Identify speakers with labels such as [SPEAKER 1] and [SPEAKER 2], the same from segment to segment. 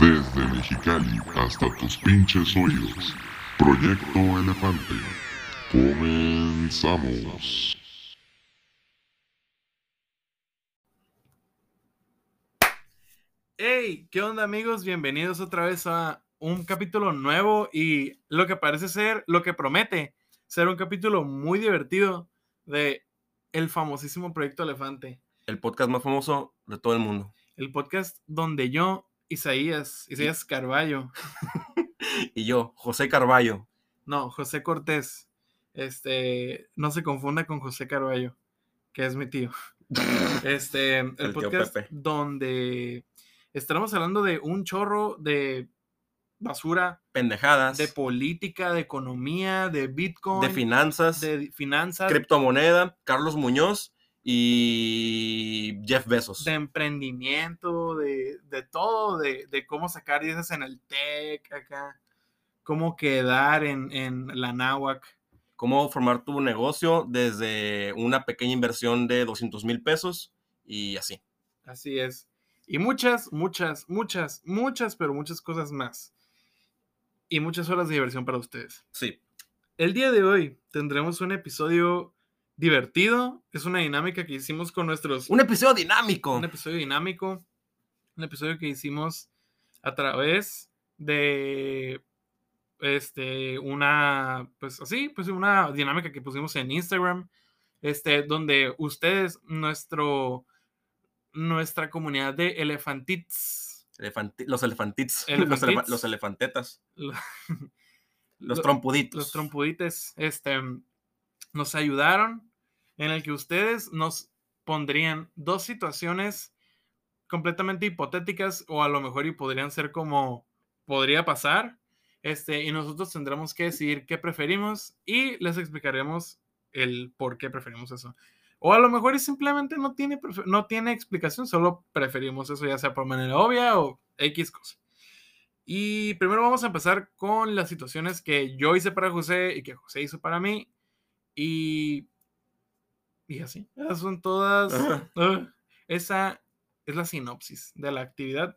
[SPEAKER 1] Desde Mexicali hasta tus pinches hoyos. Proyecto Elefante. Comenzamos.
[SPEAKER 2] Hey, ¿qué onda amigos? Bienvenidos otra vez a un capítulo nuevo y lo que parece ser, lo que promete ser un capítulo muy divertido de el famosísimo Proyecto Elefante,
[SPEAKER 3] El podcast más famoso de todo el mundo.
[SPEAKER 2] el podcast donde yo, Isaías, Isaías Carballo,
[SPEAKER 3] Y yo, José Carballo.
[SPEAKER 2] no, José Cortés, este, no se confunda con José Carballo, que es mi tío. Este, el,
[SPEAKER 3] tío
[SPEAKER 2] podcast
[SPEAKER 3] Pepe.
[SPEAKER 2] donde estaremos hablando de un chorro de basura,
[SPEAKER 3] Pendejadas.
[SPEAKER 2] de
[SPEAKER 3] De,
[SPEAKER 2] política, de economía, de Bitcoin,
[SPEAKER 3] finanzas.
[SPEAKER 2] de di- finanzas,
[SPEAKER 3] criptomoneda. Carlos Muñoz. Y Jeff Bezos.
[SPEAKER 2] de emprendimiento, de, de todo, de, de cómo sacar 10 en el TEC acá, cómo quedar en, en la náhuac.
[SPEAKER 3] Cómo formar tu negocio desde una pequeña inversión de 200 mil pesos. Y así.
[SPEAKER 2] Así es. Y muchas, muchas, muchas, muchas, pero muchas cosas más. Y muchas horas de diversión para ustedes.
[SPEAKER 3] Sí.
[SPEAKER 2] El día de hoy tendremos un episodio divertido. Es una dinámica que hicimos con nuestros...
[SPEAKER 3] Un episodio dinámico.
[SPEAKER 2] un episodio dinámico, un episodio que hicimos a través de este una pues así, pues una dinámica que pusimos en Instagram, este donde ustedes nuestro nuestra comunidad de elefantits
[SPEAKER 3] Elefanti- los elefantits. Los,
[SPEAKER 2] Elefantits.
[SPEAKER 3] elefa- los elefantetas.
[SPEAKER 2] lo-
[SPEAKER 3] Los
[SPEAKER 2] lo-
[SPEAKER 3] trompuditos.
[SPEAKER 2] los trompudites, este nos ayudaron en el que ustedes nos pondrían dos situaciones completamente hipotéticas o a lo mejor y podrían ser como podría pasar. Este, y nosotros tendremos que decidir qué preferimos y les explicaremos el por qué preferimos eso. O a lo mejor y simplemente no tiene, prefe- no tiene explicación, solo preferimos eso ya sea por manera obvia o X cosa. Y primero vamos a empezar con las situaciones que yo hice para José y que José hizo para mí. Y, y así. Esas son todas.
[SPEAKER 3] Ajá.
[SPEAKER 2] Ugh. Ah, esa es la sinopsis de la actividad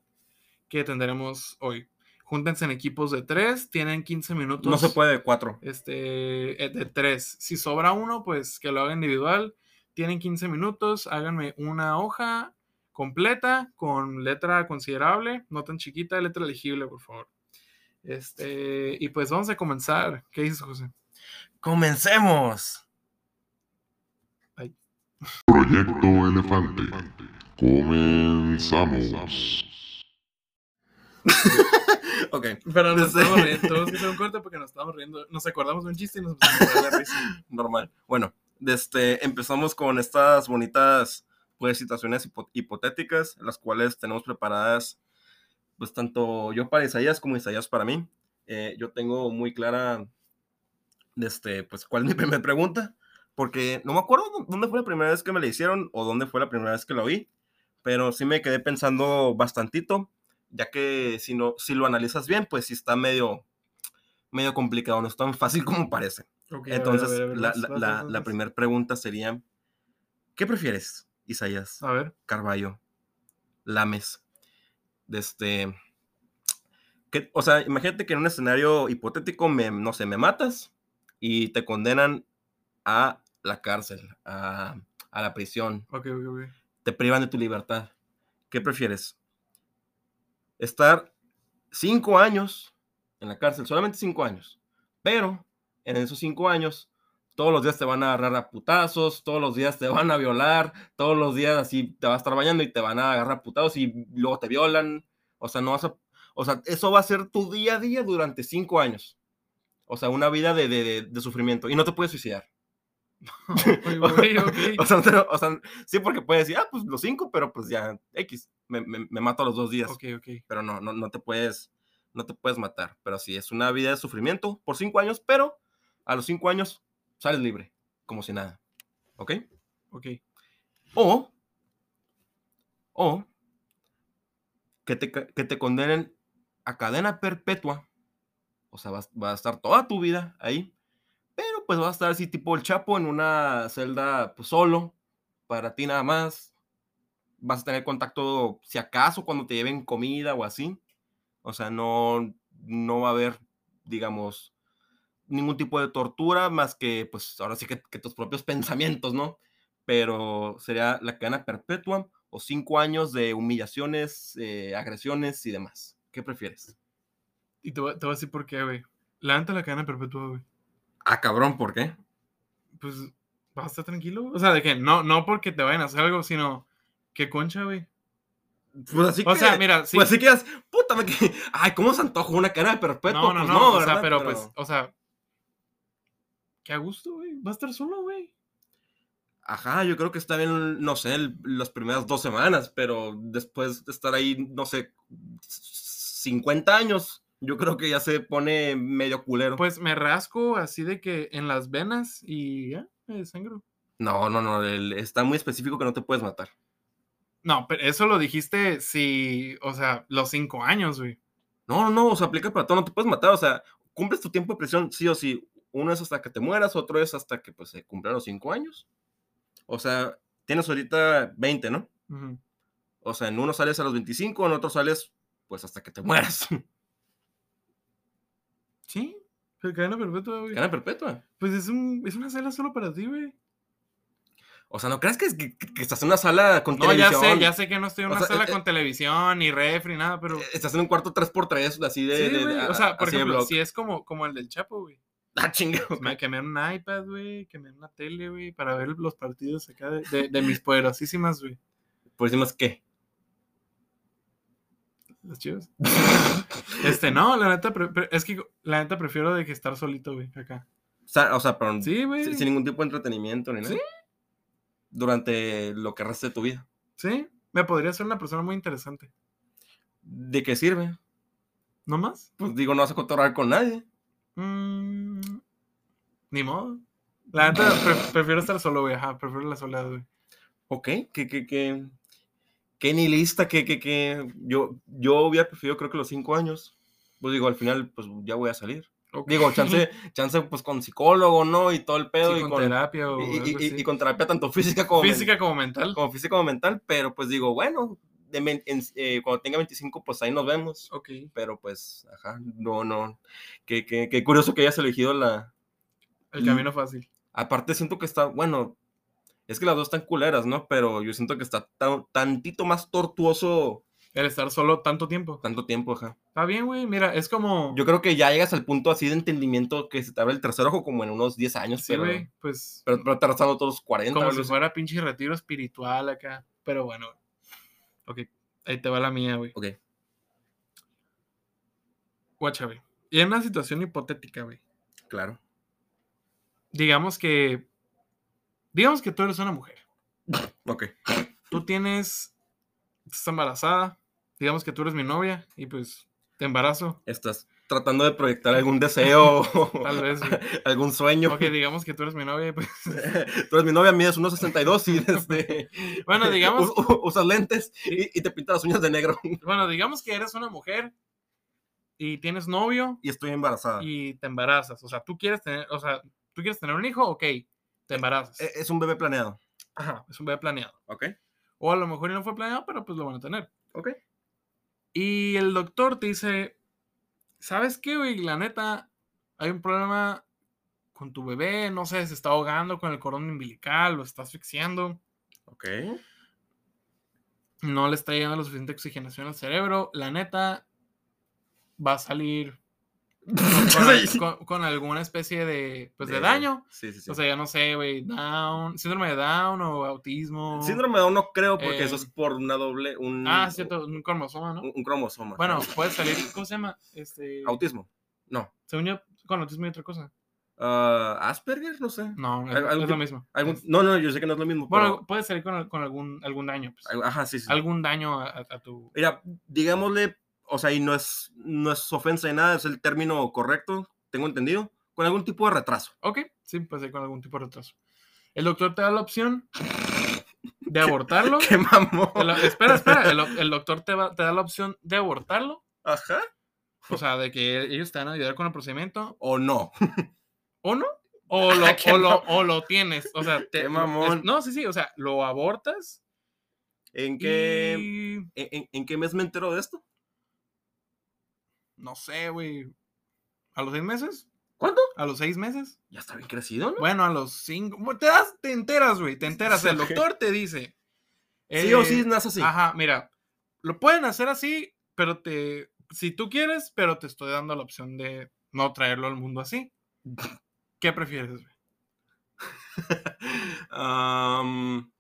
[SPEAKER 2] que tendremos hoy. Júntense en equipos de tres, tienen 15 minutos.
[SPEAKER 3] No se puede de cuatro.
[SPEAKER 2] Este, eh, de tres. Si sobra uno, pues que lo haga individual. Tienen 15 minutos, háganme una hoja completa con letra considerable, no tan chiquita, letra legible, por favor. Este, y pues vamos a comenzar. ¿Qué dices, José?
[SPEAKER 3] Comencemos.
[SPEAKER 1] Proyecto Elefante. Comenzamos.
[SPEAKER 3] ok.
[SPEAKER 2] Pero
[SPEAKER 3] nos estamos riendo,
[SPEAKER 2] Tenemos que hacer un corte porque nos estamos riendo. Nos acordamos de un chiste y nos empezamos a dar la risa.
[SPEAKER 3] normal. Bueno, este, empezamos con estas bonitas pues, situaciones hipo- hipotéticas, las cuales tenemos preparadas, pues tanto yo para Isaías como Isaías para mí. Eh, yo tengo muy clara, este, pues, cuál es mi primera pregunta, porque no me acuerdo dó- dónde fue la primera vez que me la hicieron o dónde fue la primera vez que la oí, pero sí me quedé pensando bastantito, ya que si, no, si lo analizas bien, pues sí está medio, medio complicado, no es tan fácil como parece.
[SPEAKER 2] Ok, a ver, a
[SPEAKER 3] Entonces,
[SPEAKER 2] ver, a ver,
[SPEAKER 3] la,
[SPEAKER 2] vas, vas, vas, vas, vas.
[SPEAKER 3] primera pregunta sería, ¿qué prefieres, Isaías
[SPEAKER 2] A ver,
[SPEAKER 3] Carballo Lames? De este, que- o sea, imagínate que en un escenario hipotético, me, no sé, me matas y te condenan a la cárcel, a, a la prisión,
[SPEAKER 2] ok, ok, ok.
[SPEAKER 3] te privan de tu libertad. ¿Qué prefieres? Estar cinco años en la cárcel, solamente cinco años. Pero en esos cinco años, todos los días te van a agarrar a putazos, todos los días te van a violar, todos los días así te vas a estar bañando y te van a agarrar a putazos y luego te violan. O sea, no vas a. O sea, eso va a ser tu día a día durante cinco años. O sea, una vida de, de- de- de sufrimiento. Y no te puedes suicidar.
[SPEAKER 2] Uy, uy, ok.
[SPEAKER 3] o, sea, no te- o sea, sí, porque puedes decir, ah, pues los cinco, pero pues ya, X, me, me- me mato a los dos días
[SPEAKER 2] Ok, ok.
[SPEAKER 3] pero no, no, no te puedes, no te puedes matar. Pero sí, es una vida de sufrimiento por cinco años, pero a los cinco años sales libre, como si nada. ¿Ok?
[SPEAKER 2] Ok.
[SPEAKER 3] O, o que te, ca- que te condenen a cadena perpetua. O sea, vas, vas a estar toda tu vida ahí. Pero pues vas a estar así tipo el Chapo en una celda pues, solo, para ti nada más. Vas a tener contacto, si acaso, cuando te lleven comida o así. O sea, no, no va a haber, digamos, ningún tipo de tortura más que, pues, ahora sí que, que tus propios pensamientos, ¿no? Pero sería la cadena perpetua o cinco años de humillaciones, eh, agresiones y demás. ¿Qué prefieres?
[SPEAKER 2] Y te voy, te voy a decir por qué, güey. La neta, la cadena perpetua, güey.
[SPEAKER 3] Ah, cabrón, ¿por qué?
[SPEAKER 2] Pues vas a estar tranquilo. O sea, de que no, no porque te vayan a hacer algo, sino que concha, güey.
[SPEAKER 3] Pues así
[SPEAKER 2] O
[SPEAKER 3] que.
[SPEAKER 2] sea, mira, sí.
[SPEAKER 3] Pues así que es, puta, me que- ay, ¿cómo se antoja una cadena perpetua?
[SPEAKER 2] no, no,
[SPEAKER 3] Pues
[SPEAKER 2] no, o sea,
[SPEAKER 3] ¿verdad?
[SPEAKER 2] pero, pues, o sea, qué a gusto, güey. Va a estar solo, güey.
[SPEAKER 3] Ajá, yo creo que está bien, no sé, el- las primeras dos semanas, pero después de estar ahí, no sé, 50 años, yo creo que ya se pone medio culero.
[SPEAKER 2] Pues me rasco así de que en las venas y ya, me desangro.
[SPEAKER 3] no, no, no, el- está muy específico que no te puedes matar.
[SPEAKER 2] No, pero eso lo dijiste si, o sea, los cinco años, güey.
[SPEAKER 3] No, no, no, o sea, aplica para todo, no te puedes matar, o sea, cumples tu tiempo de prisión, sí o sí. Uno es hasta que te mueras, otro es hasta que pues, se cumplan los 5 años. O sea, tienes ahorita 20, ¿no?
[SPEAKER 2] Ujú.
[SPEAKER 3] O sea, en uno sales a los 25, en otro sales pues hasta que te mueras.
[SPEAKER 2] Sí, pero cadena perpetua, güey.
[SPEAKER 3] Cadena perpetua.
[SPEAKER 2] Pues es, un, es una celda solo para ti, güey.
[SPEAKER 3] O sea, ¿no crees que, es- que- que estás en una sala con
[SPEAKER 2] No, ya
[SPEAKER 3] televisión?
[SPEAKER 2] sé, ya sé que no estoy en
[SPEAKER 3] O
[SPEAKER 2] una
[SPEAKER 3] sea,
[SPEAKER 2] sala
[SPEAKER 3] eh,
[SPEAKER 2] con televisión, ni refri, nada, pero.
[SPEAKER 3] Estás en un cuarto 3x3, así de...
[SPEAKER 2] sí,
[SPEAKER 3] eh, de- de-
[SPEAKER 2] güey.
[SPEAKER 3] a-
[SPEAKER 2] O sea, por
[SPEAKER 3] así de
[SPEAKER 2] ejemplo,
[SPEAKER 3] block.
[SPEAKER 2] si es como, como el del Chapo, güey.
[SPEAKER 3] Ah, chinga, ok.
[SPEAKER 2] Me quemé un iPad, güey, quemé una tele, güey, para ver los partidos acá de, de- de mis poderosísimas, güey.
[SPEAKER 3] Por encima es qué.
[SPEAKER 2] Los chivos. Este, no, la neta, pre- pre- es que la neta prefiero de que estar solito, güey, acá.
[SPEAKER 3] O sea, o sea, pero
[SPEAKER 2] Sí, güey.
[SPEAKER 3] Mm. sin, sin ningún tipo de entretenimiento ni nada.
[SPEAKER 2] Sí.
[SPEAKER 3] Durante lo que resta de tu vida.
[SPEAKER 2] Sí, me podría ser una persona muy interesante.
[SPEAKER 3] ¿De qué sirve?
[SPEAKER 2] ¿No más?
[SPEAKER 3] Pues digo, no vas a cotorrar con nadie.
[SPEAKER 2] Mm, ni modo. La neta, pre- prefiero estar solo, güey, ajá, prefiero la soledad, güey.
[SPEAKER 3] Ok, que, que, que... Qué nihilista, que, que, que... Yo, yo hubiera preferido creo que los 5 años. Pues digo, al final, pues ya voy a salir. Digo, chance, chance pues con psicólogo, ¿no? Y todo el
[SPEAKER 2] Sí,
[SPEAKER 3] pedo. y
[SPEAKER 2] con,
[SPEAKER 3] con,
[SPEAKER 2] terapia o
[SPEAKER 3] y, y-
[SPEAKER 2] algo
[SPEAKER 3] y-
[SPEAKER 2] así.
[SPEAKER 3] y con terapia tanto física como, men-
[SPEAKER 2] física como mental.
[SPEAKER 3] como física como mental, pero pues digo, bueno, de men- en- eh, cuando tenga 25, pues ahí nos vemos.
[SPEAKER 2] Ok.
[SPEAKER 3] Pero pues, ajá, no, no. Qué, qué- qué curioso que hayas elegido la...
[SPEAKER 2] El camino fácil.
[SPEAKER 3] Aparte siento que está, bueno, es que las dos están culeras, ¿no? Pero yo siento que está tan- tantito más tortuoso
[SPEAKER 2] El estar solo tanto tiempo.
[SPEAKER 3] tanto tiempo, ajá.
[SPEAKER 2] Está bien, güey. Mira, es como.
[SPEAKER 3] Yo creo que ya llegas al punto así de entendimiento que se te abre el tercer ojo como en unos 10 años,
[SPEAKER 2] sí,
[SPEAKER 3] pero,
[SPEAKER 2] güey. Pues.
[SPEAKER 3] pero, pero trazando todos los 40.
[SPEAKER 2] como
[SPEAKER 3] algo
[SPEAKER 2] si
[SPEAKER 3] así.
[SPEAKER 2] fuera pinche retiro espiritual acá. Pero bueno. Ok. Ahí te va la mía, güey.
[SPEAKER 3] Ok.
[SPEAKER 2] Guacha, güey. Y en una situación hipotética, güey.
[SPEAKER 3] Claro.
[SPEAKER 2] Digamos que. Digamos que tú eres una mujer.
[SPEAKER 3] Ok.
[SPEAKER 2] Tú tienes. Estás embarazada. Digamos que tú eres mi novia. Y pues. Te embarazo.
[SPEAKER 3] Estás tratando de proyectar algún deseo,
[SPEAKER 2] Tal vez, güey.
[SPEAKER 3] algún sueño.
[SPEAKER 2] Ok, digamos que tú eres mi novia y pues.
[SPEAKER 3] Tú eres mi novia, mides 1.62 y desde...
[SPEAKER 2] Bueno, digamos.
[SPEAKER 3] u- u- usas lentes y, y te pintas las uñas de negro.
[SPEAKER 2] Bueno, digamos que eres una mujer y tienes novio
[SPEAKER 3] Y estoy embarazada.
[SPEAKER 2] y te embarazas. O sea, tú quieres tener, o sea, tú quieres tener un hijo, ok, te embarazas.
[SPEAKER 3] E- Es un bebé planeado.
[SPEAKER 2] Ajá, es un bebé planeado.
[SPEAKER 3] Ok.
[SPEAKER 2] O a lo mejor y no fue planeado, pero pues lo van a tener.
[SPEAKER 3] Ok.
[SPEAKER 2] Y el doctor te dice, ¿sabes qué, güey? La neta, hay un problema con tu bebé, no sé, se está ahogando con el cordón umbilical, lo está asfixiando,
[SPEAKER 3] Ok.
[SPEAKER 2] no le está llegando la suficiente oxigenación al cerebro, la neta, va a salir con, al- con- con alguna especie de, pues, de, daño.
[SPEAKER 3] Eh, Sí, sí, sí.
[SPEAKER 2] O sea, ya no sé, güey, Down, síndrome de Down o autismo.
[SPEAKER 3] Síndrome de Down no creo porque
[SPEAKER 2] Eh,
[SPEAKER 3] eso es por una doble... Un,
[SPEAKER 2] Ah, cierto, un cromosoma, ¿no?
[SPEAKER 3] Un, un cromosoma.
[SPEAKER 2] Bueno, puede salir, ¿cómo se llama? Este,
[SPEAKER 3] Autismo. No.
[SPEAKER 2] según yo, con autismo y otra cosa.
[SPEAKER 3] Ah, ¿Asperger? No sé.
[SPEAKER 2] No, es,
[SPEAKER 3] Al- algún
[SPEAKER 2] es lo
[SPEAKER 3] tip-
[SPEAKER 2] mismo.
[SPEAKER 3] Algún-
[SPEAKER 2] Es-
[SPEAKER 3] No, no, yo sé que no es lo mismo.
[SPEAKER 2] Mm, pues bueno,
[SPEAKER 3] pero-
[SPEAKER 2] puede salir con, al- con algún, algún daño, pues,
[SPEAKER 3] Ajá, sí, sí. sí.
[SPEAKER 2] algún daño a, a- a tu...
[SPEAKER 3] Mira, digámosle, o sea, y no es, no es ofensa de nada, es el término correcto, tengo entendido, con algún tipo de retraso.
[SPEAKER 2] Ok, sí, puede ser con algún tipo de retraso. El doctor te da la opción de abortarlo.
[SPEAKER 3] ¡Qué mamón!
[SPEAKER 2] El- espera, espera, el, el doctor te, va- te da la opción de abortarlo
[SPEAKER 3] Ajá.
[SPEAKER 2] O sea, de que ellos te van a ayudar con el procedimiento.
[SPEAKER 3] ¿O no?
[SPEAKER 2] ¿O no? O lo,
[SPEAKER 3] Ah, Qué
[SPEAKER 2] o lo,
[SPEAKER 3] mam-
[SPEAKER 2] o lo tienes. O sea, te,
[SPEAKER 3] Qué
[SPEAKER 2] es-
[SPEAKER 3] mamón.
[SPEAKER 2] no, sí, sí. O sea, lo abortas.
[SPEAKER 3] ¿En qué,
[SPEAKER 2] y-
[SPEAKER 3] en, en- en qué mes me entero de esto?
[SPEAKER 2] no sé, güey, a los seis meses,
[SPEAKER 3] ¿Cuánto?
[SPEAKER 2] a los seis meses.
[SPEAKER 3] Ya está bien crecido, ¿no?
[SPEAKER 2] Bueno, a los cinco, bueno, te das, te enteras, güey, te enteras. El
[SPEAKER 3] Ok.
[SPEAKER 2] doctor te dice.
[SPEAKER 3] sí o
[SPEAKER 2] eh,
[SPEAKER 3] sí, nace así.
[SPEAKER 2] Ajá, mira, lo pueden hacer así, pero te, si tú quieres, pero te estoy dando la opción de no traerlo al mundo así. ¿Qué prefieres? güey?
[SPEAKER 3] Am,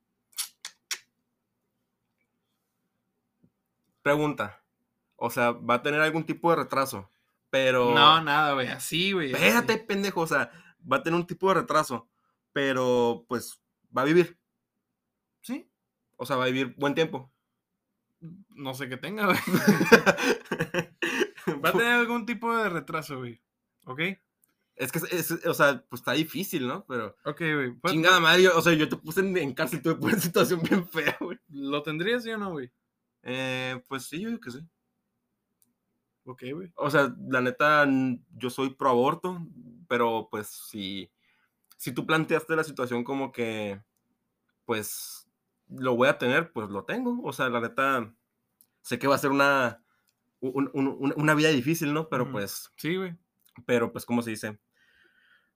[SPEAKER 3] Pregunta. O sea, va a tener algún tipo de retraso, pero...
[SPEAKER 2] No, nada, güey, así, güey. así.
[SPEAKER 3] Espérate, pendejo, o sea, va a tener un tipo de retraso, pero pues va a vivir,
[SPEAKER 2] Sí,
[SPEAKER 3] o sea, va a vivir buen tiempo.
[SPEAKER 2] no sé qué tenga, güey. Va a tener algún tipo de retraso, güey. ¿Ok?
[SPEAKER 3] Es que, es- es- o sea, pues está difícil, ¿no? Pero,
[SPEAKER 2] Ok, güey. pues,
[SPEAKER 3] chingada madre, yo- o sea, yo te puse en, en cárcel, tuve una situación bien fea, güey.
[SPEAKER 2] ¿Lo tendrías sí o no, güey?
[SPEAKER 3] Eh, pues sí, yo digo que sí.
[SPEAKER 2] Ok, güey.
[SPEAKER 3] O sea, la neta, n- yo soy pro aborto, pero pues si, si tú planteaste la situación como que, pues lo voy a tener, pues lo tengo. O sea, la neta, sé que va a ser una, un- un- un- una vida difícil, ¿no? Pero
[SPEAKER 2] Ujú.
[SPEAKER 3] pues,
[SPEAKER 2] Sí, güey.
[SPEAKER 3] pero pues, ¿cómo se dice?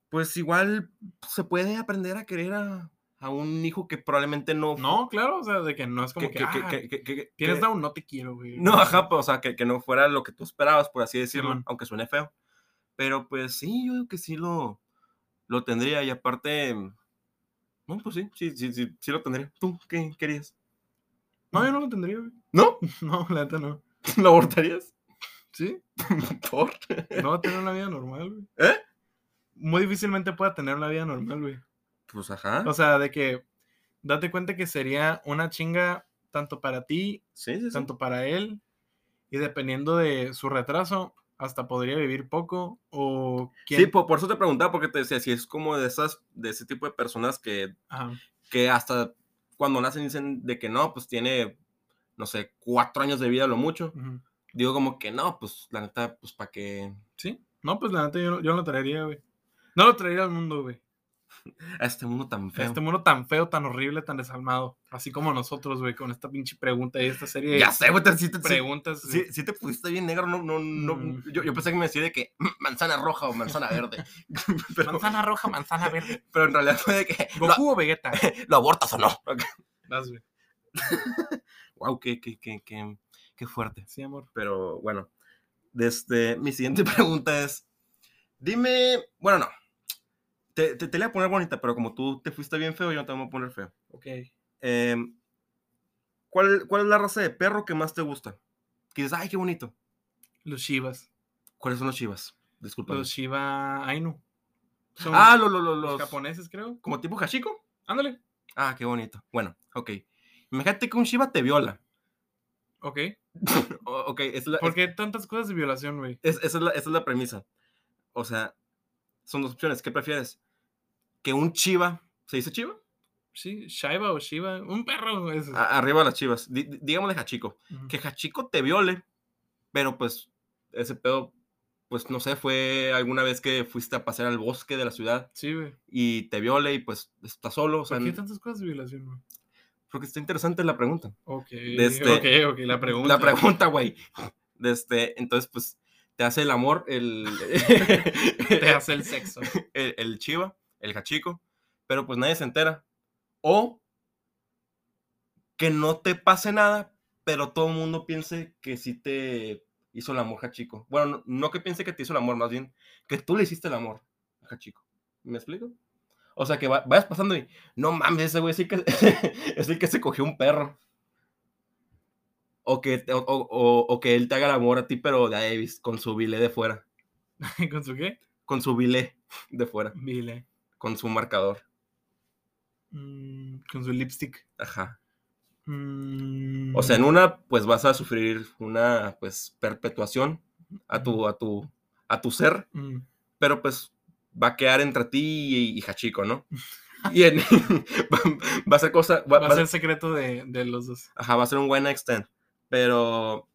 [SPEAKER 3] Pues igual se puede aprender a querer a, a un hijo que probablemente no... fu-
[SPEAKER 2] No, claro, o sea, de que no es como
[SPEAKER 3] que,
[SPEAKER 2] que,
[SPEAKER 3] que- que-
[SPEAKER 2] ah,
[SPEAKER 3] que- que- que- que-
[SPEAKER 2] tienes
[SPEAKER 3] que-
[SPEAKER 2] down, no te quiero, güey.
[SPEAKER 3] no, ajá, pues, o sea, que, que no fuera lo que tú esperabas, por así decirlo,
[SPEAKER 2] Simón.
[SPEAKER 3] aunque suene feo. Pero pues sí, yo digo que sí lo, lo tendría. Y aparte, no, pues sí, sí, sí, sí, sí lo tendría. ¿Tú qué querías?
[SPEAKER 2] No, yo no lo tendría, güey.
[SPEAKER 3] ¿No?
[SPEAKER 2] No, la neta no.
[SPEAKER 3] ¿Lo abortarías?
[SPEAKER 2] ¿Sí?
[SPEAKER 3] ¿Por?
[SPEAKER 2] No va a tener una vida normal, güey.
[SPEAKER 3] ¿Eh?
[SPEAKER 2] Muy difícilmente pueda tener una vida normal, güey.
[SPEAKER 3] Pues ajá.
[SPEAKER 2] O sea, de que date cuenta que sería una chinga tanto para ti,
[SPEAKER 3] sí, sí, sí.
[SPEAKER 2] tanto para él, y dependiendo de su retraso, hasta podría vivir poco o quién.
[SPEAKER 3] Sí, po- por, eso te preguntaba, porque te decía, si es como de esas, de ese tipo de personas que,
[SPEAKER 2] Ajá.
[SPEAKER 3] que hasta cuando nacen dicen de que no, pues tiene, no sé, cuatro años de vida a lo mucho.
[SPEAKER 2] ujú.
[SPEAKER 3] Digo como que no, pues la neta, pues para qué
[SPEAKER 2] Sí. No, pues la neta yo, no- yo no lo traería, güey. No lo traería al mundo, güey.
[SPEAKER 3] a este mundo tan
[SPEAKER 2] A
[SPEAKER 3] feo.
[SPEAKER 2] Este mundo tan feo, tan horrible, tan desalmado. Así como nosotros, güey, con esta pinche pregunta y esta serie de
[SPEAKER 3] Ya sé, güey, te- Eh, sí te, sí-
[SPEAKER 2] preguntas.
[SPEAKER 3] sí-
[SPEAKER 2] güey.
[SPEAKER 3] sí te pusiste bien negro, no, no, no.
[SPEAKER 2] Mm.
[SPEAKER 3] Yo, yo pensé que me decía de que "Mm, manzana roja o manzana verde. pero,
[SPEAKER 2] Manzana roja, manzana verde.
[SPEAKER 3] pero en realidad fue de que lo,
[SPEAKER 2] Goku o Vegeta.
[SPEAKER 3] lo abortas o no.
[SPEAKER 2] Vas, güey.
[SPEAKER 3] Wow, qué, qué, qué, qué, qué fuerte.
[SPEAKER 2] Sí, amor.
[SPEAKER 3] Pero bueno, desde, mi siguiente pregunta es: dime, bueno, no. Te, te, te la voy a poner bonita, pero como tú te fuiste bien feo, yo no te voy a poner feo.
[SPEAKER 2] Ok.
[SPEAKER 3] Em, ¿cuál, ¿Cuál es la raza de perro que más te gusta? Que dices, ay, qué bonito.
[SPEAKER 2] Los Shivas.
[SPEAKER 3] ¿Cuáles son los chivas? Disculpa.
[SPEAKER 2] Los Shiba Ainu. Son
[SPEAKER 3] Ah, lo- lo- lo-
[SPEAKER 2] los,
[SPEAKER 3] los
[SPEAKER 2] japoneses, creo.
[SPEAKER 3] ¿Como tipo Hashiko?
[SPEAKER 2] Ándale.
[SPEAKER 3] Ah, qué bonito. Bueno, ok. Imagínate que un Shiba te viola.
[SPEAKER 2] Ok.
[SPEAKER 3] O- ok, esa es la,
[SPEAKER 2] ¿Por qué tantas cosas de violación, güey?
[SPEAKER 3] es- esa es la- esa es la premisa. O sea, son dos opciones. ¿Qué prefieres? Que un Chiva. ¿Se dice Chiva?
[SPEAKER 2] Sí, Shiba o Shiba. Un perro, güey. ese.
[SPEAKER 3] A- arriba las Chivas. Di- di- digámosle Hachiko.
[SPEAKER 2] Ujú.
[SPEAKER 3] Ah, Que Hachiko te viole, pero pues ese pedo, pues no sé, fue alguna vez que fuiste a pasear al bosque de la ciudad
[SPEAKER 2] Sí, güey.
[SPEAKER 3] y te viole y pues estás solo. O sea,
[SPEAKER 2] ¿Por qué tantas cosas de violación, güey?
[SPEAKER 3] porque está interesante la pregunta.
[SPEAKER 2] Ok.
[SPEAKER 3] este-
[SPEAKER 2] Ok, ok. La pregunta.
[SPEAKER 3] La pregunta, güey. De este, entonces, pues, te hace el amor, el.
[SPEAKER 2] Te hace el sexo.
[SPEAKER 3] el, el chiva, el cachico, pero pues nadie se entera. O que no te pase nada, pero todo el mundo piense que sí te hizo el amor cachico. Bueno, no, no que piense que te hizo el amor, más bien que tú le hiciste el amor a cachico. ¿Me explico? O sea, que va- vayas pasando y no mames, ese güey sí que es el que se cogió un perro. O que, te- o, o- o- o que él te haga el amor a ti, pero de ahí, con su bilé de fuera.
[SPEAKER 2] ¿Con su qué?
[SPEAKER 3] Con su bilé de fuera.
[SPEAKER 2] Vile.
[SPEAKER 3] Con su marcador.
[SPEAKER 2] Mm, con su lipstick.
[SPEAKER 3] Ajá.
[SPEAKER 2] Mm,
[SPEAKER 3] O sea, en una, pues vas a sufrir una, pues, perpetuación a tu, a tu, a tu ser,
[SPEAKER 2] mm.
[SPEAKER 3] pero pues va a quedar entre ti y, y Hachiko, ¿no? Y en- va, va a ser cosa, va,
[SPEAKER 2] Va a ser secreto de, de los dos.
[SPEAKER 3] ajá, va a ser un buen extend, pero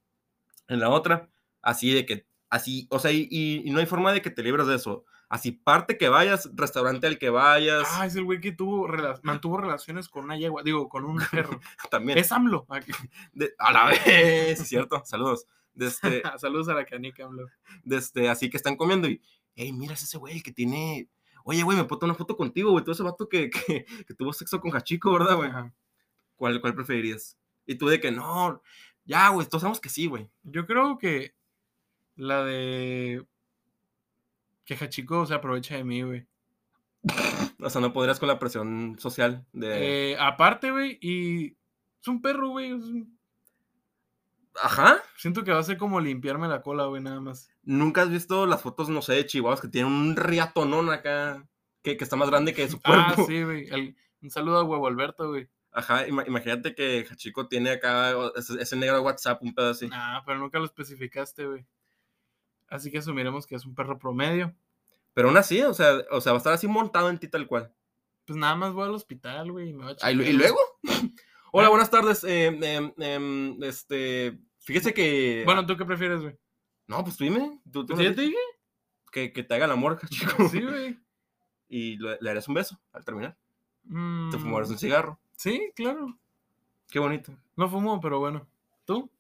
[SPEAKER 3] en la otra, así de que, así, o sea, y, y- y no hay forma de que te libres de eso. Así, parte que vayas, restaurante al que vayas,
[SPEAKER 2] Ah, es el güey que tuvo rela- mantuvo relaciones con una yegua. Digo, con un perro.
[SPEAKER 3] también.
[SPEAKER 2] es AMLO.
[SPEAKER 3] De- este, a la vez, es cierto, saludos. Desde,
[SPEAKER 2] Ah, Saludos a la canica, AMLO.
[SPEAKER 3] desde, este, así que están comiendo y, hey, mira es ese güey que tiene, oye, güey, me puedo tomar una foto contigo, güey, todo ese vato que, que, que tuvo sexo con Hachiko, ¿verdad, güey?
[SPEAKER 2] Ajá.
[SPEAKER 3] ¿Cuál, ¿Cuál preferirías? Y tú de que no, ya, güey, todos sabemos que sí, güey.
[SPEAKER 2] Yo creo que la de que Hachiko se aprovecha de mí, güey.
[SPEAKER 3] O sea, no podrías con la presión social de...
[SPEAKER 2] Eh, aparte, güey, y es un perro, güey. es un-
[SPEAKER 3] Ajá.
[SPEAKER 2] Siento que va a ser como limpiarme la cola, güey, nada más.
[SPEAKER 3] ¿Nunca has visto las fotos, no sé, de chihuahuas que tienen un riatonón acá, que, que está más grande que su cuerpo?
[SPEAKER 2] Ah, sí, güey. el- Un saludo a Huevo Alberto, güey.
[SPEAKER 3] Ajá, ima- imagínate que Hachiko tiene acá o- ese, ese negro de WhatsApp, un pedo así.
[SPEAKER 2] Ah, pero nunca lo especificaste, güey. Así que asumiremos que es un perro promedio.
[SPEAKER 3] Pero aún así, o sea, o sea, va a estar así montado en ti tal cual.
[SPEAKER 2] Pues nada más voy al hospital, güey. y me voy a
[SPEAKER 3] Ah, ¿Y lu- y
[SPEAKER 2] checar,
[SPEAKER 3] luego? Hola,
[SPEAKER 2] Ah.
[SPEAKER 3] buenas tardes. em, em, em, este, fíjese que...
[SPEAKER 2] güey. Bueno, ¿tú qué prefieres, güey?
[SPEAKER 3] No, pues tú dime. Tú, ah. tú
[SPEAKER 2] Pues
[SPEAKER 3] no
[SPEAKER 2] ya
[SPEAKER 3] sé,
[SPEAKER 2] te dije.
[SPEAKER 3] que, que te haga el amor, Hachiko.
[SPEAKER 2] Sí, güey.
[SPEAKER 3] Y le, le darías un beso al terminar. Te
[SPEAKER 2] Mm,
[SPEAKER 3] fumarías un cigarro.
[SPEAKER 2] Sí, claro.
[SPEAKER 3] Qué bonito.
[SPEAKER 2] No fumo, pero bueno. ¿Tú?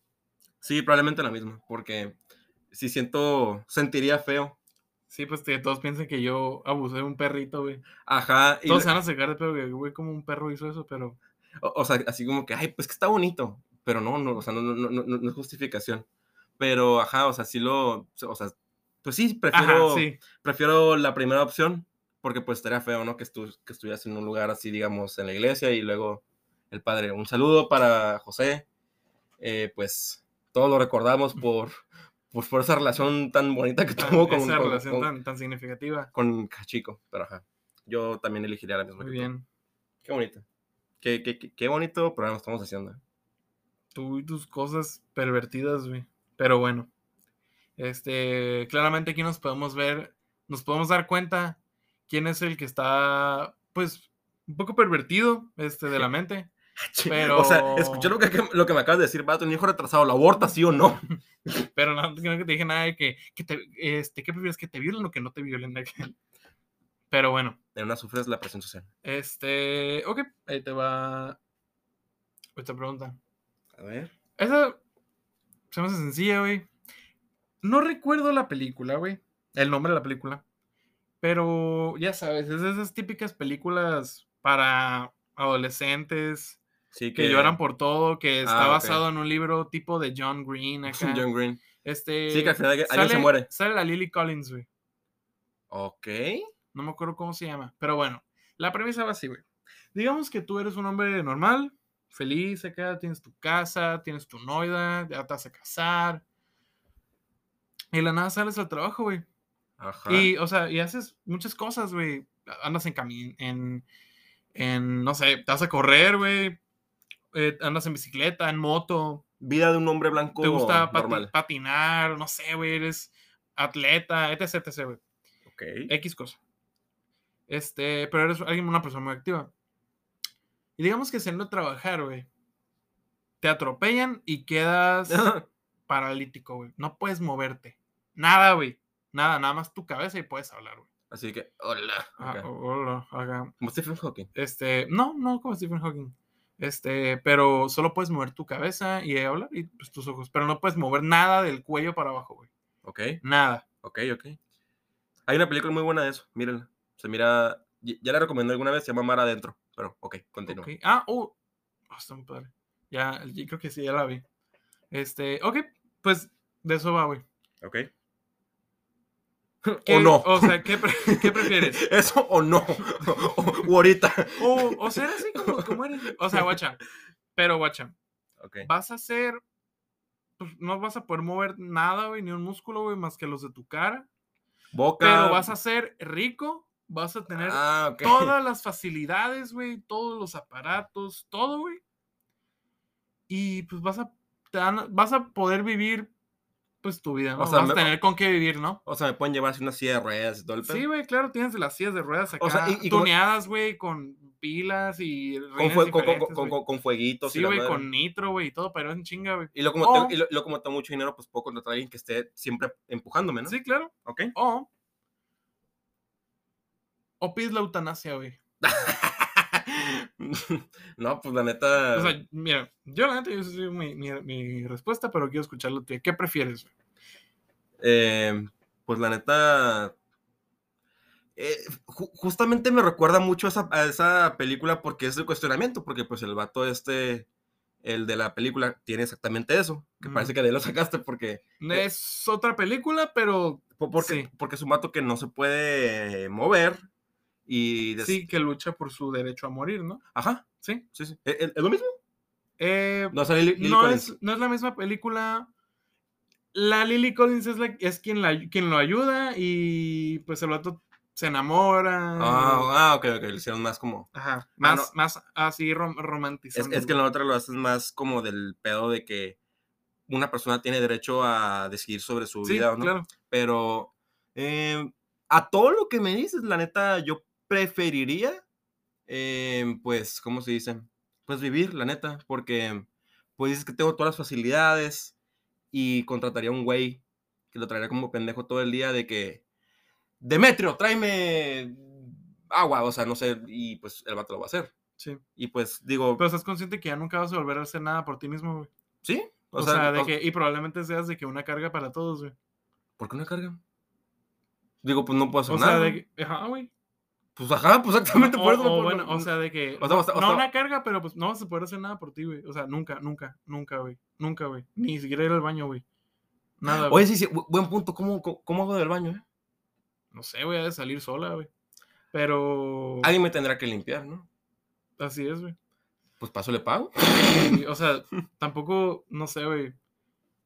[SPEAKER 3] Sí, probablemente la misma, porque si siento, sentiría feo.
[SPEAKER 2] Sí, pues que todos piensan que yo abusé de un perrito, güey.
[SPEAKER 3] Ajá, y
[SPEAKER 2] Todos se
[SPEAKER 3] la-
[SPEAKER 2] van a sacar de pedo, güey, güey, como un perro hizo eso, pero
[SPEAKER 3] o, o sea, así como que, ay, pues que está bonito, pero no, no, o sea, no, no, no, no- no es justificación. Pero, ajá, o sea, sí lo, o sea, pues sí, prefiero,
[SPEAKER 2] Ajá, sí.
[SPEAKER 3] prefiero la primera opción, porque pues estaría feo, ¿no? Que, estu- que estuvieras en un lugar así, digamos, en la iglesia y luego el padre, un saludo para José, eh, pues todos lo recordamos por, pues, por esa relación tan bonita que
[SPEAKER 2] tan-
[SPEAKER 3] tuvo con,
[SPEAKER 2] Ah, esa
[SPEAKER 3] con-
[SPEAKER 2] relación
[SPEAKER 3] con-
[SPEAKER 2] tan, tan significativa.
[SPEAKER 3] con Cachico, pero ajá. Yo también elegiría la misma.
[SPEAKER 2] Muy
[SPEAKER 3] que tú.
[SPEAKER 2] bien.
[SPEAKER 3] Qué bonito. Qué, qué, qué- qué bonito programa estamos haciendo.
[SPEAKER 2] Ah,
[SPEAKER 3] ¿eh?
[SPEAKER 2] Tú y tus cosas pervertidas, güey. Pero bueno. Este, claramente aquí nos podemos ver, nos podemos dar cuenta quién es el que está, pues, un poco pervertido, este, de la mente.
[SPEAKER 3] O sea,
[SPEAKER 2] Pero-
[SPEAKER 3] escuché lo que, lo que me acabas de decir, vato, un hijo retrasado, ¿lo aborta sí o no?
[SPEAKER 2] Pero no, creo que te dije nada de que, que te, este, ¿qué prefieres? ¿Que te violen o que no te violen? Pero bueno.
[SPEAKER 3] En una sufres la presión social.
[SPEAKER 2] Este, ok, ahí te va esta pregunta.
[SPEAKER 3] A ver.
[SPEAKER 2] Esa se me hace sencilla, güey. No recuerdo la película, güey. El nombre de la película. Pero ya sabes, es de esas típicas películas para adolescentes
[SPEAKER 3] Sí, que,
[SPEAKER 2] que lloran por todo, que está
[SPEAKER 3] Ah, ok.
[SPEAKER 2] basado en un libro tipo de John Green acá.
[SPEAKER 3] John Green.
[SPEAKER 2] Este,
[SPEAKER 3] Sí, que al final alguien se
[SPEAKER 2] sale-
[SPEAKER 3] muere.
[SPEAKER 2] Sale la Lily Collins, güey.
[SPEAKER 3] Ok.
[SPEAKER 2] No me acuerdo cómo se llama. Pero bueno, la premisa va así, güey. Digamos que tú eres un hombre normal, feliz acá, tienes tu casa, tienes tu noida, ya te vas a casar. Y de la nada sales al trabajo, güey.
[SPEAKER 3] Ajá.
[SPEAKER 2] Y, o sea, y haces muchas cosas, güey. Andas en camino, en, en, no sé, te vas a correr, güey. Eh, andas en bicicleta, en moto.
[SPEAKER 3] Vida de un hombre blanco
[SPEAKER 2] Te gusta pati-
[SPEAKER 3] normal.
[SPEAKER 2] patinar, no sé, güey. Eres atleta, etc, etc, güey.
[SPEAKER 3] Ok.
[SPEAKER 2] X cosa. Este, pero eres alguien, una persona muy activa. Y digamos que siendo a trabajar, güey. Te atropellan y quedas paralítico, güey. No puedes moverte. Nada, güey. Nada, nada más tu cabeza y puedes hablar, güey.
[SPEAKER 3] Así que, hola.
[SPEAKER 2] Ah,
[SPEAKER 3] Ok.
[SPEAKER 2] o- hola, ajá.
[SPEAKER 3] Como Stephen Hawking.
[SPEAKER 2] Este, no, no como Stephen Hawking. Este, pero solo puedes mover tu cabeza y hablar y pues, tus ojos. Pero no puedes mover nada del cuello para abajo, güey.
[SPEAKER 3] Ok,
[SPEAKER 2] Nada.
[SPEAKER 3] ok, ok. Hay una película muy buena de eso. Mírenla. Se mira. y- Ya la recomendé alguna vez, se llama Mar Adentro. Pero, ok, continúa.
[SPEAKER 2] Ok. Ah, oh. Ah, está muy padre. Ya, yo creo que sí, ya la vi. Este, ok, pues de eso va, güey.
[SPEAKER 3] ¿Ok?
[SPEAKER 2] ¿Qué-
[SPEAKER 3] ¿O no?
[SPEAKER 2] O sea, ¿qué, pre- qué prefieres?
[SPEAKER 3] ¿Eso o no? o, o ahorita.
[SPEAKER 2] O, o ser así como, como eres. güey. O sea, guacha. Pero, guacha,
[SPEAKER 3] Ok.
[SPEAKER 2] vas a ser. pues, no vas a poder mover nada, güey, ni un músculo, güey, más que los de tu cara.
[SPEAKER 3] Boca.
[SPEAKER 2] Pero vas a ser rico, vas a tener
[SPEAKER 3] Ah, ok.
[SPEAKER 2] todas las facilidades, güey, todos los aparatos, todo, güey. Y pues vas a, te van- vas a poder vivir, pues tu vida, ¿no?
[SPEAKER 3] sea,
[SPEAKER 2] vas
[SPEAKER 3] me-
[SPEAKER 2] a tener con qué vivir, ¿no?
[SPEAKER 3] O sea, me pueden llevar así una silla de ruedas y todo el pedo.
[SPEAKER 2] Sí, güey, claro, tienes las sillas de ruedas acá
[SPEAKER 3] O sea, y- y como-
[SPEAKER 2] tuneadas, güey, con pilas y
[SPEAKER 3] con,
[SPEAKER 2] rines
[SPEAKER 3] fue- con, con,
[SPEAKER 2] diferentes,
[SPEAKER 3] con-
[SPEAKER 2] güey.
[SPEAKER 3] con- con fueguitos
[SPEAKER 2] Sí,
[SPEAKER 3] y la
[SPEAKER 2] güey,
[SPEAKER 3] madre.
[SPEAKER 2] con nitro, güey, y todo, pero en chinga, güey.
[SPEAKER 3] Y luego, como
[SPEAKER 2] Oh.
[SPEAKER 3] tengo, y lo- y luego como tengo mucho dinero, pues puedo contratar a alguien que esté siempre empujándome, ¿no?
[SPEAKER 2] Sí, claro.
[SPEAKER 3] Ok.
[SPEAKER 2] O. O pides la eutanasia, güey.
[SPEAKER 3] no, pues la neta.
[SPEAKER 2] O sea, mira, yo la neta, yo sí, mi, mi, mi respuesta, pero quiero escucharlo, tía. ¿Qué prefieres? güey?
[SPEAKER 3] eh, pues la neta. eh, ju- justamente me recuerda mucho a esa, a esa película porque es el cuestionamiento, porque pues el vato este, el de la película, tiene exactamente eso, que
[SPEAKER 2] Mm.
[SPEAKER 3] parece que de ahí lo sacaste porque, Eh.
[SPEAKER 2] Es otra película, pero
[SPEAKER 3] po- porque,
[SPEAKER 2] Sí.
[SPEAKER 3] porque es un vato que no se puede mover y... des-
[SPEAKER 2] sí que lucha por su derecho a morir, ¿no?
[SPEAKER 3] Ajá,
[SPEAKER 2] Sí.
[SPEAKER 3] sí, sí. ¿Es, es- es lo mismo?
[SPEAKER 2] Eh,
[SPEAKER 3] No, sale Lily
[SPEAKER 2] no,
[SPEAKER 3] Collins.
[SPEAKER 2] es, no es la misma película. La Lily Collins es, la- es quien, la, quien lo ayuda y pues el vato se enamora.
[SPEAKER 3] Ah, ah, ok, ok, lo hicieron más como...
[SPEAKER 2] Ajá, más,
[SPEAKER 3] no.
[SPEAKER 2] más así rom
[SPEAKER 3] Es,
[SPEAKER 2] romantizando.
[SPEAKER 3] es que en
[SPEAKER 2] güey.
[SPEAKER 3] la otra lo haces más como del pedo de que una persona tiene derecho a decidir sobre su
[SPEAKER 2] Sí,
[SPEAKER 3] vida, ¿o ¿no?
[SPEAKER 2] claro.
[SPEAKER 3] Pero em, a todo lo que me dices, la neta, yo preferiría, em, pues, ¿cómo se dice? Pues vivir, la neta, porque pues dices que tengo todas las facilidades y contrataría a un güey que lo traería como pendejo todo el día de que, Demetrio, tráeme agua, o sea, no sé, y pues el vato lo va a hacer.
[SPEAKER 2] Sí.
[SPEAKER 3] Y pues digo,
[SPEAKER 2] Pero estás consciente que ya nunca vas a volver a hacer nada por ti mismo, güey.
[SPEAKER 3] sí,
[SPEAKER 2] O, sea, de
[SPEAKER 3] o-
[SPEAKER 2] que, y probablemente seas de que una carga para todos, güey.
[SPEAKER 3] ¿por qué una carga? Digo, pues no puedo hacer
[SPEAKER 2] O
[SPEAKER 3] nada.
[SPEAKER 2] sea,
[SPEAKER 3] güey.
[SPEAKER 2] de que, ajá, güey.
[SPEAKER 3] Pues ajá, pues exactamente
[SPEAKER 2] O-
[SPEAKER 3] por eso. no
[SPEAKER 2] o
[SPEAKER 3] puedo-
[SPEAKER 2] bueno,
[SPEAKER 3] no-
[SPEAKER 2] o sea, de que.
[SPEAKER 3] O sea, o sea, o
[SPEAKER 2] no
[SPEAKER 3] sea-
[SPEAKER 2] una carga, pero pues no vas a poder hacer nada por ti, güey. O sea, nunca, nunca, nunca, güey. Nunca, güey. Ni siquiera ir al baño, güey. Nada, güey.
[SPEAKER 3] Oye, sí, sí, bu- buen punto. ¿Cómo, cómo- cómo hago del baño? eh?
[SPEAKER 2] No sé, güey, ha de salir sola, güey. Pero.
[SPEAKER 3] Alguien me tendrá que limpiar, ¿no?
[SPEAKER 2] Así es, güey.
[SPEAKER 3] Pues paso le pago.
[SPEAKER 2] Y, o sea, tampoco, no sé, güey.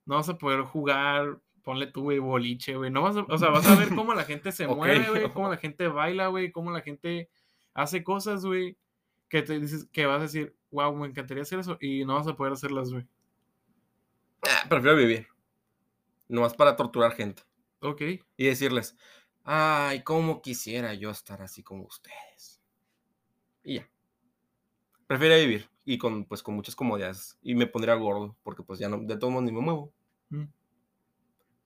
[SPEAKER 2] No vas a poder jugar, ponle tú, güey, boliche, güey. No vas a, o sea, vas a ver cómo la gente se
[SPEAKER 3] Ok.
[SPEAKER 2] mueve, güey, cómo la gente baila, güey, cómo la gente hace cosas, güey, que te dices, que vas a decir, wow, me encantaría hacer eso, y no vas a poder hacerlas, güey.
[SPEAKER 3] Ah, prefiero vivir. Nomás para torturar gente.
[SPEAKER 2] Ok.
[SPEAKER 3] Y decirles, ay, cómo quisiera yo estar así como ustedes. Y ya. Prefiero vivir. Y con, pues, con muchas comodidades. Y me pondría gordo, porque pues ya no, de todos modos ni me muevo.
[SPEAKER 2] Mm.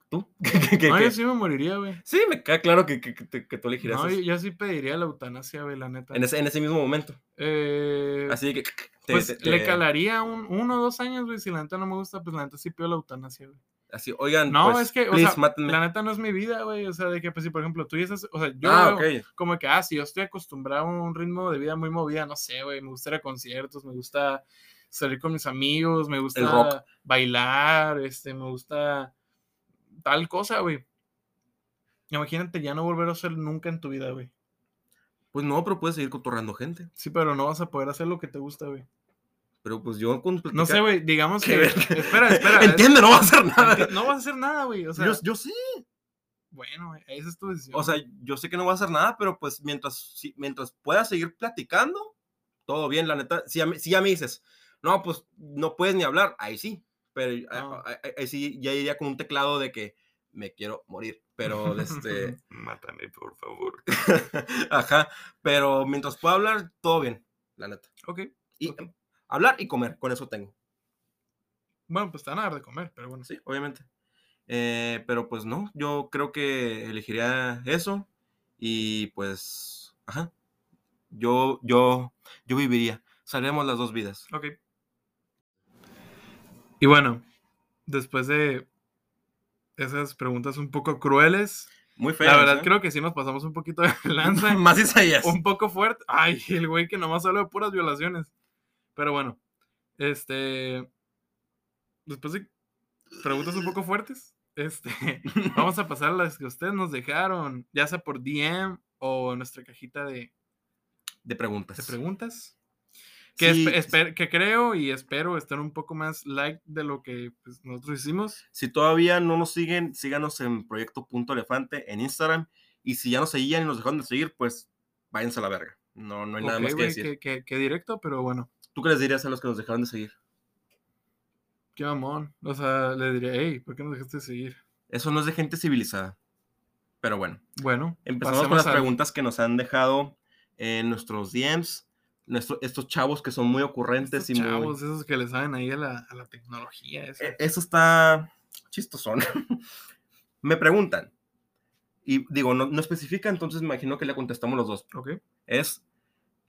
[SPEAKER 3] ¿Tú? ¿Qué- qué- qué-
[SPEAKER 2] No,
[SPEAKER 3] qué?
[SPEAKER 2] yo sí me moriría, güey.
[SPEAKER 3] Sí, me queda claro que, que- que te- que tú elegirías
[SPEAKER 2] No,
[SPEAKER 3] eso.
[SPEAKER 2] yo, yo sí pediría la eutanasia, güey, la neta.
[SPEAKER 3] en, ese, en ese mismo momento.
[SPEAKER 2] Eh,
[SPEAKER 3] Así que... te-
[SPEAKER 2] pues
[SPEAKER 3] te-
[SPEAKER 2] le
[SPEAKER 3] te-
[SPEAKER 2] calaría un, uno o dos años, güey. Si la neta no me gusta, pues la neta sí pido la eutanasia, güey.
[SPEAKER 3] Así, oigan,
[SPEAKER 2] No,
[SPEAKER 3] pues,
[SPEAKER 2] es que, o
[SPEAKER 3] please,
[SPEAKER 2] sea,
[SPEAKER 3] mátenme".
[SPEAKER 2] la neta no es mi vida, güey. O sea, de que, pues, si por ejemplo tú ya estás, o sea, yo
[SPEAKER 3] ah,
[SPEAKER 2] veo
[SPEAKER 3] ok.
[SPEAKER 2] como que, ah, si yo estoy acostumbrado a un ritmo de vida muy movida, no sé, güey. Me gusta ir a conciertos, me gusta salir con mis amigos, me gusta
[SPEAKER 3] rock.
[SPEAKER 2] bailar, este, me gusta tal cosa, güey. Imagínate ya no volver a hacer nunca en tu vida, güey.
[SPEAKER 3] Pues no, pero puedes seguir cotorrando gente.
[SPEAKER 2] Sí, pero no vas a poder hacer lo que te gusta, güey. Pero
[SPEAKER 3] Pues yo con plática-
[SPEAKER 2] No sé, güey, digamos
[SPEAKER 3] Qué
[SPEAKER 2] que.
[SPEAKER 3] verga.
[SPEAKER 2] Espera, espera. es-
[SPEAKER 3] Entiende, no va a hacer nada.
[SPEAKER 2] enti- No vas a hacer nada, güey. O sea,
[SPEAKER 3] yo, yo sí.
[SPEAKER 2] bueno, güey, esa es tu decisión.
[SPEAKER 3] O sea, yo sé que no va a hacer nada, pero pues mientras, si- mientras pueda seguir platicando, todo bien, la neta. Si ya, me- si ya me dices, no, pues no puedes ni hablar, ahí sí. Pero ahí-
[SPEAKER 2] No.
[SPEAKER 3] ahí- ahí- ahí sí ya iría con un teclado de que me quiero morir. Pero este.
[SPEAKER 2] Mátame, por favor.
[SPEAKER 3] Ajá. Pero mientras pueda hablar, todo bien, la neta.
[SPEAKER 2] Ok.
[SPEAKER 3] Y
[SPEAKER 2] Ok.
[SPEAKER 3] hablar y comer, con eso tengo.
[SPEAKER 2] Bueno, pues te van a dar de comer, pero bueno.
[SPEAKER 3] Sí, obviamente. Eh, pero pues no, yo creo que elegiría eso y pues, ajá, yo, yo, yo viviría. Salvemos las dos vidas.
[SPEAKER 2] Ok. Y bueno, después de esas preguntas un poco crueles,
[SPEAKER 3] Muy feo.
[SPEAKER 2] la verdad creo que sí nos pasamos un poquito de lanza.
[SPEAKER 3] Más Isaías.
[SPEAKER 2] un poco fuerte. Ay, el güey que nomás habla de puras violaciones. Pero bueno, este. Después de preguntas un poco fuertes, este, vamos a pasar a las que ustedes nos dejaron, ya sea por DM o en nuestra cajita de,
[SPEAKER 3] De
[SPEAKER 2] de
[SPEAKER 3] preguntas.
[SPEAKER 2] preguntas. Que,
[SPEAKER 3] Sí,
[SPEAKER 2] espe- esper- que creo y espero estén un poco más like de lo que pues, nosotros hicimos.
[SPEAKER 3] Si todavía no nos siguen, síganos en Proyecto.elefante en Instagram. Y si ya nos seguían y nos dejaron de seguir, pues váyanse a la verga. No, no hay Pues nada
[SPEAKER 2] Ok,
[SPEAKER 3] más que
[SPEAKER 2] güey,
[SPEAKER 3] decir.
[SPEAKER 2] que, que- que directo, pero bueno,
[SPEAKER 3] ¿Tú qué les dirías a los que nos dejaron de seguir?
[SPEAKER 2] qué mamón. O sea, le diría, hey, ¿por qué nos dejaste de seguir?
[SPEAKER 3] Eso no es de gente civilizada. Pero bueno.
[SPEAKER 2] Bueno,
[SPEAKER 3] Empezamos con
[SPEAKER 2] pasemos
[SPEAKER 3] las
[SPEAKER 2] al-
[SPEAKER 3] preguntas que nos han dejado en nuestros DMs. nuestro- estos chavos que son muy ocurrentes
[SPEAKER 2] Estos
[SPEAKER 3] y muy-
[SPEAKER 2] chavos, esos que le saben ahí a la, a la tecnología. esa.
[SPEAKER 3] E- Eso está chistosón. Me preguntan. Y digo, no, no especifica, entonces me imagino que le contestamos los dos.
[SPEAKER 2] Ok.
[SPEAKER 3] Es,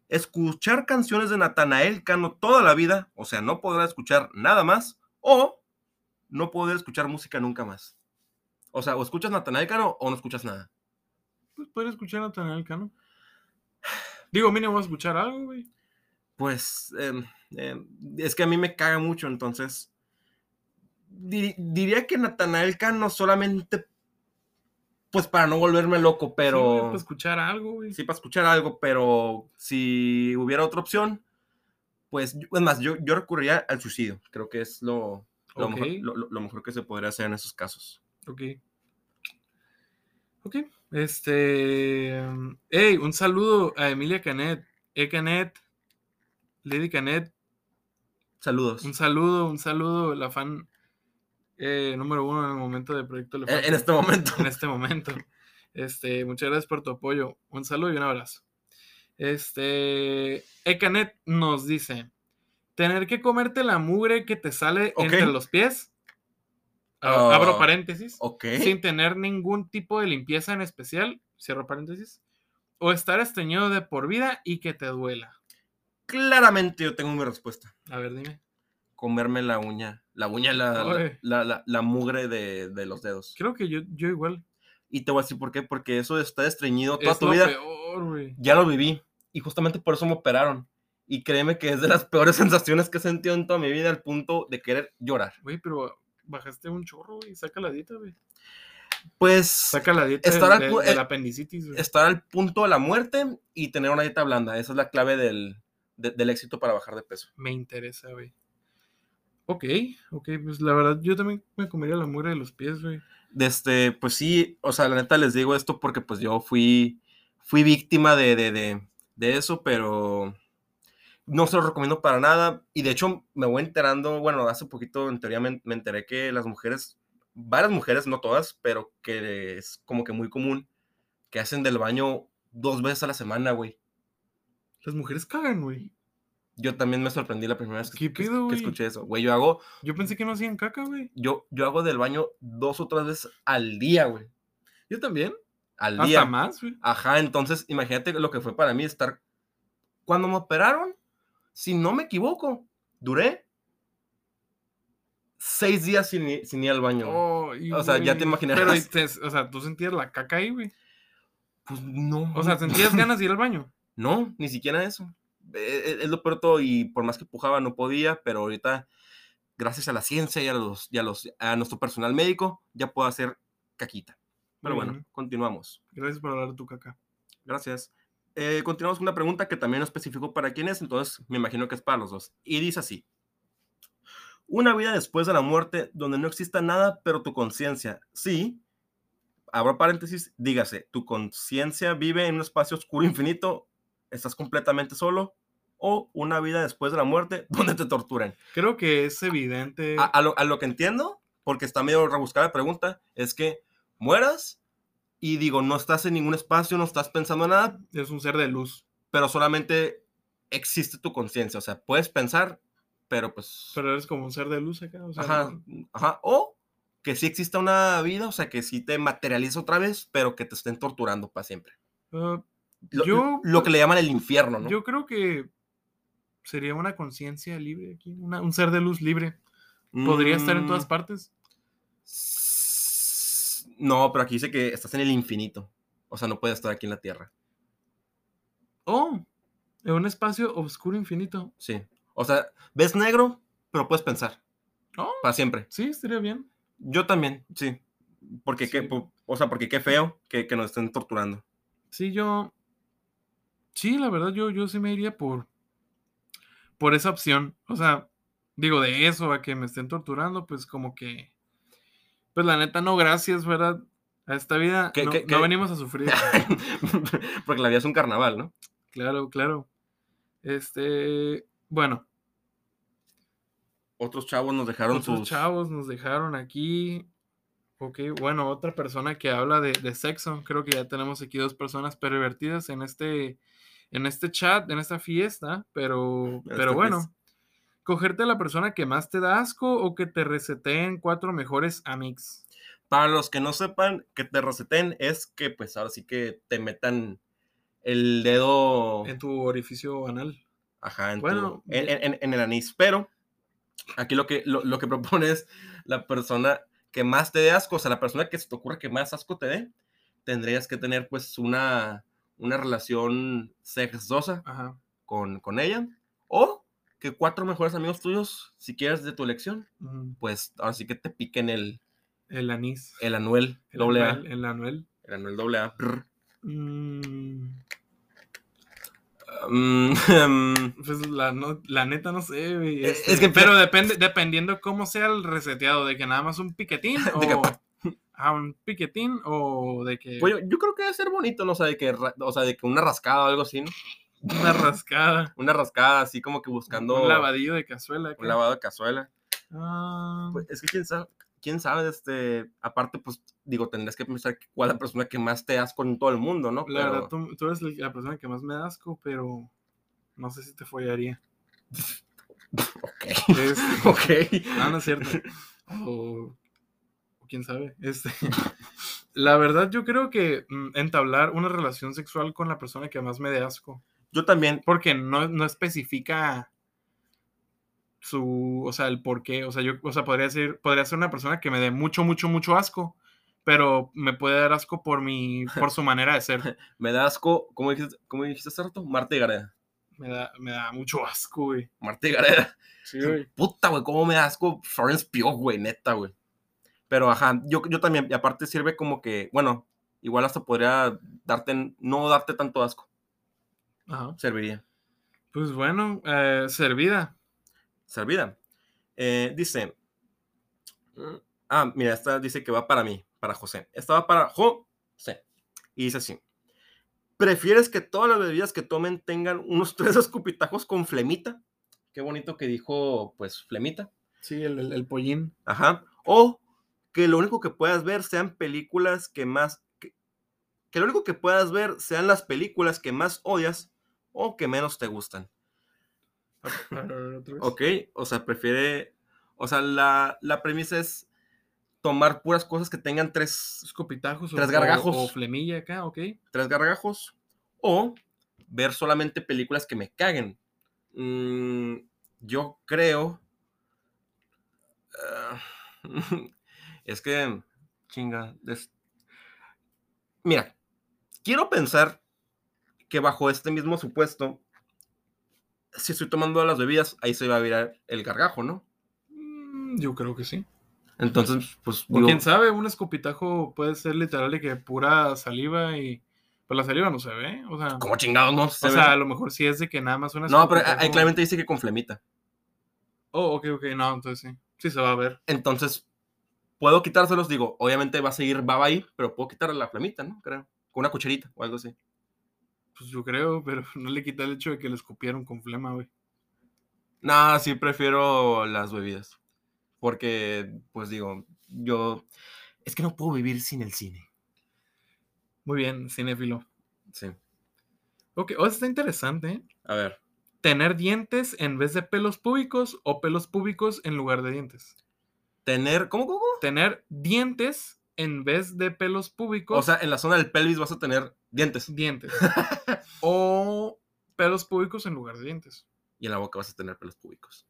[SPEAKER 3] escuchar canciones de Natanael Cano toda la vida, o sea, no podrá escuchar nada más, o no poder escuchar música nunca más. O sea, o escuchas Natanael Cano o no escuchas nada.
[SPEAKER 2] Pues poder escuchar a Natanael Cano. Digo, mínimo voy a escuchar algo, güey.
[SPEAKER 3] Pues eh, eh, es que a mí me caga mucho, entonces di- diría que Natanael Cano solamente, pues para no volverme loco,
[SPEAKER 2] Sí, pues, güey,
[SPEAKER 3] pero
[SPEAKER 2] para escuchar algo, güey.
[SPEAKER 3] sí para escuchar algo, pero si hubiera otra opción, pues yo- es más, yo, yo recurriría al suicidio. Creo que es lo, lo,
[SPEAKER 2] Ok.
[SPEAKER 3] mejor, lo- lo- lo mejor que se podría hacer en esos casos.
[SPEAKER 2] Ok. Ok. Este. Hey, un saludo a Emilia Canet. E Canet. Lady Canet.
[SPEAKER 3] Saludos.
[SPEAKER 2] Un saludo, un saludo. La fan eh, número uno en el momento de Proyecto
[SPEAKER 3] En,
[SPEAKER 2] Elefante.
[SPEAKER 3] en este momento.
[SPEAKER 2] en este momento. Este, muchas gracias por tu apoyo. Un saludo y un abrazo. Este, Ecanet nos dice, tener que comerte la mugre que te sale
[SPEAKER 3] Ok.
[SPEAKER 2] entre los pies,
[SPEAKER 3] Ah.
[SPEAKER 2] a- abro paréntesis,
[SPEAKER 3] Ok.
[SPEAKER 2] sin tener ningún tipo de limpieza en especial, cierro paréntesis, o estar estreñido de por vida y que te duela.
[SPEAKER 3] Claramente yo tengo mi respuesta.
[SPEAKER 2] A ver, dime.
[SPEAKER 3] Comerme la uña. La uña, la, la,
[SPEAKER 2] Oye.
[SPEAKER 3] la- la- la mugre de, de los dedos.
[SPEAKER 2] Creo que yo, yo igual.
[SPEAKER 3] Y te voy a decir por qué. Porque eso está estreñido toda
[SPEAKER 2] es
[SPEAKER 3] tu
[SPEAKER 2] lo
[SPEAKER 3] vida.
[SPEAKER 2] peor, güey.
[SPEAKER 3] Ya lo viví. Y justamente por eso me operaron. Y créeme que es de las peores sensaciones que he sentido en toda mi vida al punto de querer llorar.
[SPEAKER 2] Güey, pero bajaste un chorro, güey. Saca la dieta, güey.
[SPEAKER 3] Pues
[SPEAKER 2] Saca la dieta
[SPEAKER 3] Estar
[SPEAKER 2] del-
[SPEAKER 3] al
[SPEAKER 2] del-
[SPEAKER 3] pu-
[SPEAKER 2] del
[SPEAKER 3] eh,
[SPEAKER 2] apendicitis, güey.
[SPEAKER 3] estar al punto de la muerte y tener una dieta blanda. Esa es la clave del, de- del éxito para bajar de peso.
[SPEAKER 2] Me interesa, güey. Ok, ok, pues la verdad, yo también me comería la mugre de los pies, güey.
[SPEAKER 3] Desde, pues sí, o sea, la neta les digo esto porque pues yo fui, fui víctima de, de, de- de eso, pero no se lo recomiendo para nada. Y de hecho me voy enterando, bueno, hace poquito en teoría me, me enteré que las mujeres, varias mujeres, no todas, pero que es como que muy común, que hacen del baño dos veces a la semana, güey.
[SPEAKER 2] Las mujeres cagan, güey.
[SPEAKER 3] Yo también me sorprendí la primera vez que,
[SPEAKER 2] ¿Qué
[SPEAKER 3] que-
[SPEAKER 2] pedo,
[SPEAKER 3] que
[SPEAKER 2] güey?
[SPEAKER 3] escuché eso. Güey, yo hago
[SPEAKER 2] Yo pensé que no hacían caca, güey.
[SPEAKER 3] yo, yo hago del baño dos o tres veces al día, güey.
[SPEAKER 2] Yo también.
[SPEAKER 3] Al
[SPEAKER 2] Hasta
[SPEAKER 3] día.
[SPEAKER 2] más, güey.
[SPEAKER 3] Ajá, entonces imagínate lo que fue para mí estar. Cuando me operaron, si no me equivoco, duré seis días sin, i- sin ir al baño. güey.
[SPEAKER 2] Ay,
[SPEAKER 3] O sea, ya
[SPEAKER 2] güey.
[SPEAKER 3] te imaginarás.
[SPEAKER 2] Pero, y te- o sea, tú sentías la caca ahí, güey.
[SPEAKER 3] Pues no.
[SPEAKER 2] O sea, sentías ganas de ir al baño.
[SPEAKER 3] No, ni siquiera eso. E- e- Es lo peor de todo y por más que pujaba no podía, pero ahorita, gracias a la ciencia y a, los, y a, los, a nuestro personal médico, ya puedo hacer caquita. Pero
[SPEAKER 2] Muy
[SPEAKER 3] bueno,
[SPEAKER 2] bien.
[SPEAKER 3] continuamos.
[SPEAKER 2] Gracias por hablar de tu caca.
[SPEAKER 3] Gracias. Eh, continuamos con una pregunta que también no especificó para quién es, entonces me imagino que es para los dos. Y dice así. Una vida después de la muerte donde no exista nada pero tu conciencia. Sí, abro paréntesis, dígase, tu conciencia vive en un espacio oscuro infinito, estás completamente solo, o una vida después de la muerte donde te torturen.
[SPEAKER 2] Creo que es evidente.
[SPEAKER 3] A, a lo, a lo que entiendo, porque está medio rebuscada la pregunta, es que mueras y digo, no estás en ningún espacio, no estás pensando en nada,
[SPEAKER 2] Es un ser de luz.
[SPEAKER 3] pero solamente existe tu conciencia. O sea, puedes pensar, pero pues.
[SPEAKER 2] Pero eres como un ser de luz acá. O sea,
[SPEAKER 3] ajá, ajá. O que sí exista una vida, o sea, que sí te materializa otra vez, pero que te estén torturando para siempre.
[SPEAKER 2] ah,
[SPEAKER 3] Lo,
[SPEAKER 2] Yo-
[SPEAKER 3] lo que le llaman el infierno, ¿no?
[SPEAKER 2] Yo creo que sería una conciencia libre aquí, una- un ser de luz libre. Podría estar en todas
[SPEAKER 3] Mm,
[SPEAKER 2] partes.
[SPEAKER 3] s- No, pero aquí dice que estás en el infinito. O sea, no puedes estar aquí en la tierra.
[SPEAKER 2] Oh, en un espacio oscuro infinito.
[SPEAKER 3] Sí. O sea, ves negro, pero puedes pensar.
[SPEAKER 2] Oh.
[SPEAKER 3] Para siempre.
[SPEAKER 2] Sí, estaría bien.
[SPEAKER 3] Yo también, sí. Porque qué,
[SPEAKER 2] Sí.
[SPEAKER 3] po- o sea, porque qué feo que, que nos estén torturando.
[SPEAKER 2] Sí, yo. Sí, la verdad, yo, yo sí me iría por. Por esa opción. O sea, digo, de eso a que me estén torturando, pues como que. Pues la neta, no, gracias, ¿verdad? A esta vida
[SPEAKER 3] ¿Qué-
[SPEAKER 2] no,
[SPEAKER 3] qué-
[SPEAKER 2] no
[SPEAKER 3] qué?
[SPEAKER 2] venimos a sufrir.
[SPEAKER 3] Porque la vida es un carnaval, ¿no?
[SPEAKER 2] claro, claro. Este. Bueno,
[SPEAKER 3] Otros chavos nos dejaron
[SPEAKER 2] Otros
[SPEAKER 3] sus.
[SPEAKER 2] chavos nos dejaron aquí. Ok, bueno, otra persona que habla de, de sexo. Creo que ya tenemos aquí dos personas pervertidas en este, en este chat, en esta fiesta. Pero,
[SPEAKER 3] En
[SPEAKER 2] pero
[SPEAKER 3] esta
[SPEAKER 2] bueno,
[SPEAKER 3] fiesta.
[SPEAKER 2] cogerte a la persona que más te da asco o que te reseteen cuatro mejores amics.
[SPEAKER 3] Para los que no sepan, que te reseten es que, pues ahora sí que te metan el dedo.
[SPEAKER 2] En tu orificio anal.
[SPEAKER 3] Ajá, en, tu-
[SPEAKER 2] Bueno,
[SPEAKER 3] en,
[SPEAKER 2] bien.
[SPEAKER 3] en- en el anís. Pero aquí lo que, lo, lo que propone es la persona que más te dé asco, o sea, la persona que se te ocurra que más asco te dé, tendrías que tener pues una, una relación sexosa
[SPEAKER 2] Ajá.
[SPEAKER 3] con, con ella. O que cuatro mejores amigos tuyos, si quieres de tu elección,
[SPEAKER 2] Ujú.
[SPEAKER 3] pues ahora sí que te piquen el,
[SPEAKER 2] Mm, El anís.
[SPEAKER 3] el anuel Eh, doble A.
[SPEAKER 2] anuel, El anuel.
[SPEAKER 3] El anuel doble A. Brr.
[SPEAKER 2] Mm,
[SPEAKER 3] Mm, em,
[SPEAKER 2] pues la, no- la neta no sé, güey,
[SPEAKER 3] Eh,
[SPEAKER 2] este,
[SPEAKER 3] es que-
[SPEAKER 2] pero depende, dependiendo cómo sea el reseteado, de que nada más un piquetín o
[SPEAKER 3] que
[SPEAKER 2] ah, un piquetín o de que
[SPEAKER 3] pues yo, yo creo que debe ser bonito, no sé, de que, ra- o sea, de que una rascada o algo así, ¿no?
[SPEAKER 2] una rascada,
[SPEAKER 3] una rascada así como que buscando
[SPEAKER 2] un lavadillo de cazuela. acá.
[SPEAKER 3] un lavado de cazuela.
[SPEAKER 2] Ah,
[SPEAKER 3] Pues, es que quién sabe, quién sabe, este, aparte, pues, digo, tendrías que pensar que- cuál es la persona que más te das con todo el mundo, ¿no?
[SPEAKER 2] la
[SPEAKER 3] Pero
[SPEAKER 2] verdad, tú, tú eres la persona que más me da asco, pero no sé si te follaría.
[SPEAKER 3] Ok,
[SPEAKER 2] Es-
[SPEAKER 3] ok.
[SPEAKER 2] No, no es cierto. O, o quién sabe. Este, la verdad, yo creo que mm, entablar una relación sexual con la persona que más me dé asco.
[SPEAKER 3] Yo también,
[SPEAKER 2] Porque no, no especifica su, o sea, el por qué. O sea, yo, o sea, podría ser, podría ser una persona que me dé mucho, mucho, mucho asco. Pero me puede dar asco por mi, por su manera de ser.
[SPEAKER 3] me da asco, ¿cómo dijiste, cómo dijiste hace rato? Marta y Gareda.
[SPEAKER 2] Me da, me da mucho asco, güey. Em,
[SPEAKER 3] Marta y Gareda.
[SPEAKER 2] Sí, güey.
[SPEAKER 3] Puta, güey, cómo me da asco Florence Pugh, güey, neta, güey. Pero, ajá, yo, yo también, y aparte sirve como que, bueno, igual hasta podría darte, no darte tanto asco,
[SPEAKER 2] Ajá.
[SPEAKER 3] serviría.
[SPEAKER 2] Pues bueno, eh, servida.
[SPEAKER 3] servida. Eh, dice. mm, Ah, mira, esta dice que va para mí, para José. Esta va para José. Y dice así: ¿Prefieres que todas las bebidas que tomen tengan unos tres escupitajos con flemita? Qué bonito que dijo, pues, flemita.
[SPEAKER 2] Sí, el, el- el pollín.
[SPEAKER 3] Ajá. O que lo único que puedas ver sean películas que más. Que, que lo único que puedas ver sean las películas que más odias o que menos te gustan.
[SPEAKER 2] A ver, a ver, otra vez.
[SPEAKER 3] Ok, o sea, prefiere. O sea, la, la premisa es tomar puras cosas que tengan tres,
[SPEAKER 2] escopitajos
[SPEAKER 3] Tres gargajos.
[SPEAKER 2] O, flemilla acá, ok.
[SPEAKER 3] tres gargajos o ver solamente películas que me caguen. Mm, yo creo. ah, es que. Chinga. es- Mira, quiero pensar que bajo este mismo supuesto, si estoy tomando las bebidas, ahí se va a virar el gargajo, ¿no?
[SPEAKER 2] Mm, Yo creo que sí.
[SPEAKER 3] Entonces, pues,
[SPEAKER 2] O
[SPEAKER 3] digo,
[SPEAKER 2] quién sabe, un escopitajo puede ser literal de que pura saliva y. Pues la saliva no se ve. O sea,
[SPEAKER 3] como chingados, no? Se
[SPEAKER 2] o
[SPEAKER 3] ve-
[SPEAKER 2] sea a lo mejor sí es de que nada más una
[SPEAKER 3] no, pero
[SPEAKER 2] escopitajo-
[SPEAKER 3] ahí claramente dice que con flemita.
[SPEAKER 2] Oh, ok, ok, no, entonces sí. Sí se va a ver.
[SPEAKER 3] Entonces, puedo quitárselos, digo, obviamente va a seguir baba ahí, pero puedo quitarle la flemita, ¿no? Creo. Con una cucharita o algo así.
[SPEAKER 2] Pues yo creo, pero no le quita el hecho de que le escupieron con flema, güey.
[SPEAKER 3] No, sí prefiero las bebidas. Porque, pues digo, yo. Es que no puedo vivir sin el cine.
[SPEAKER 2] Muy bien, cinéfilo.
[SPEAKER 3] Sí.
[SPEAKER 2] Ok, oh, está interesante, ¿eh?
[SPEAKER 3] A ver.
[SPEAKER 2] Tener dientes en vez de pelos públicos o pelos públicos en lugar de dientes.
[SPEAKER 3] Tener. ¿Cómo, cómo? cómo?
[SPEAKER 2] tener dientes en vez de pelos públicos.
[SPEAKER 3] O sea, en la zona del pelvis vas a tener dientes.
[SPEAKER 2] dientes. o pelos públicos en lugar de dientes.
[SPEAKER 3] Y en la boca vas a tener pelos públicos.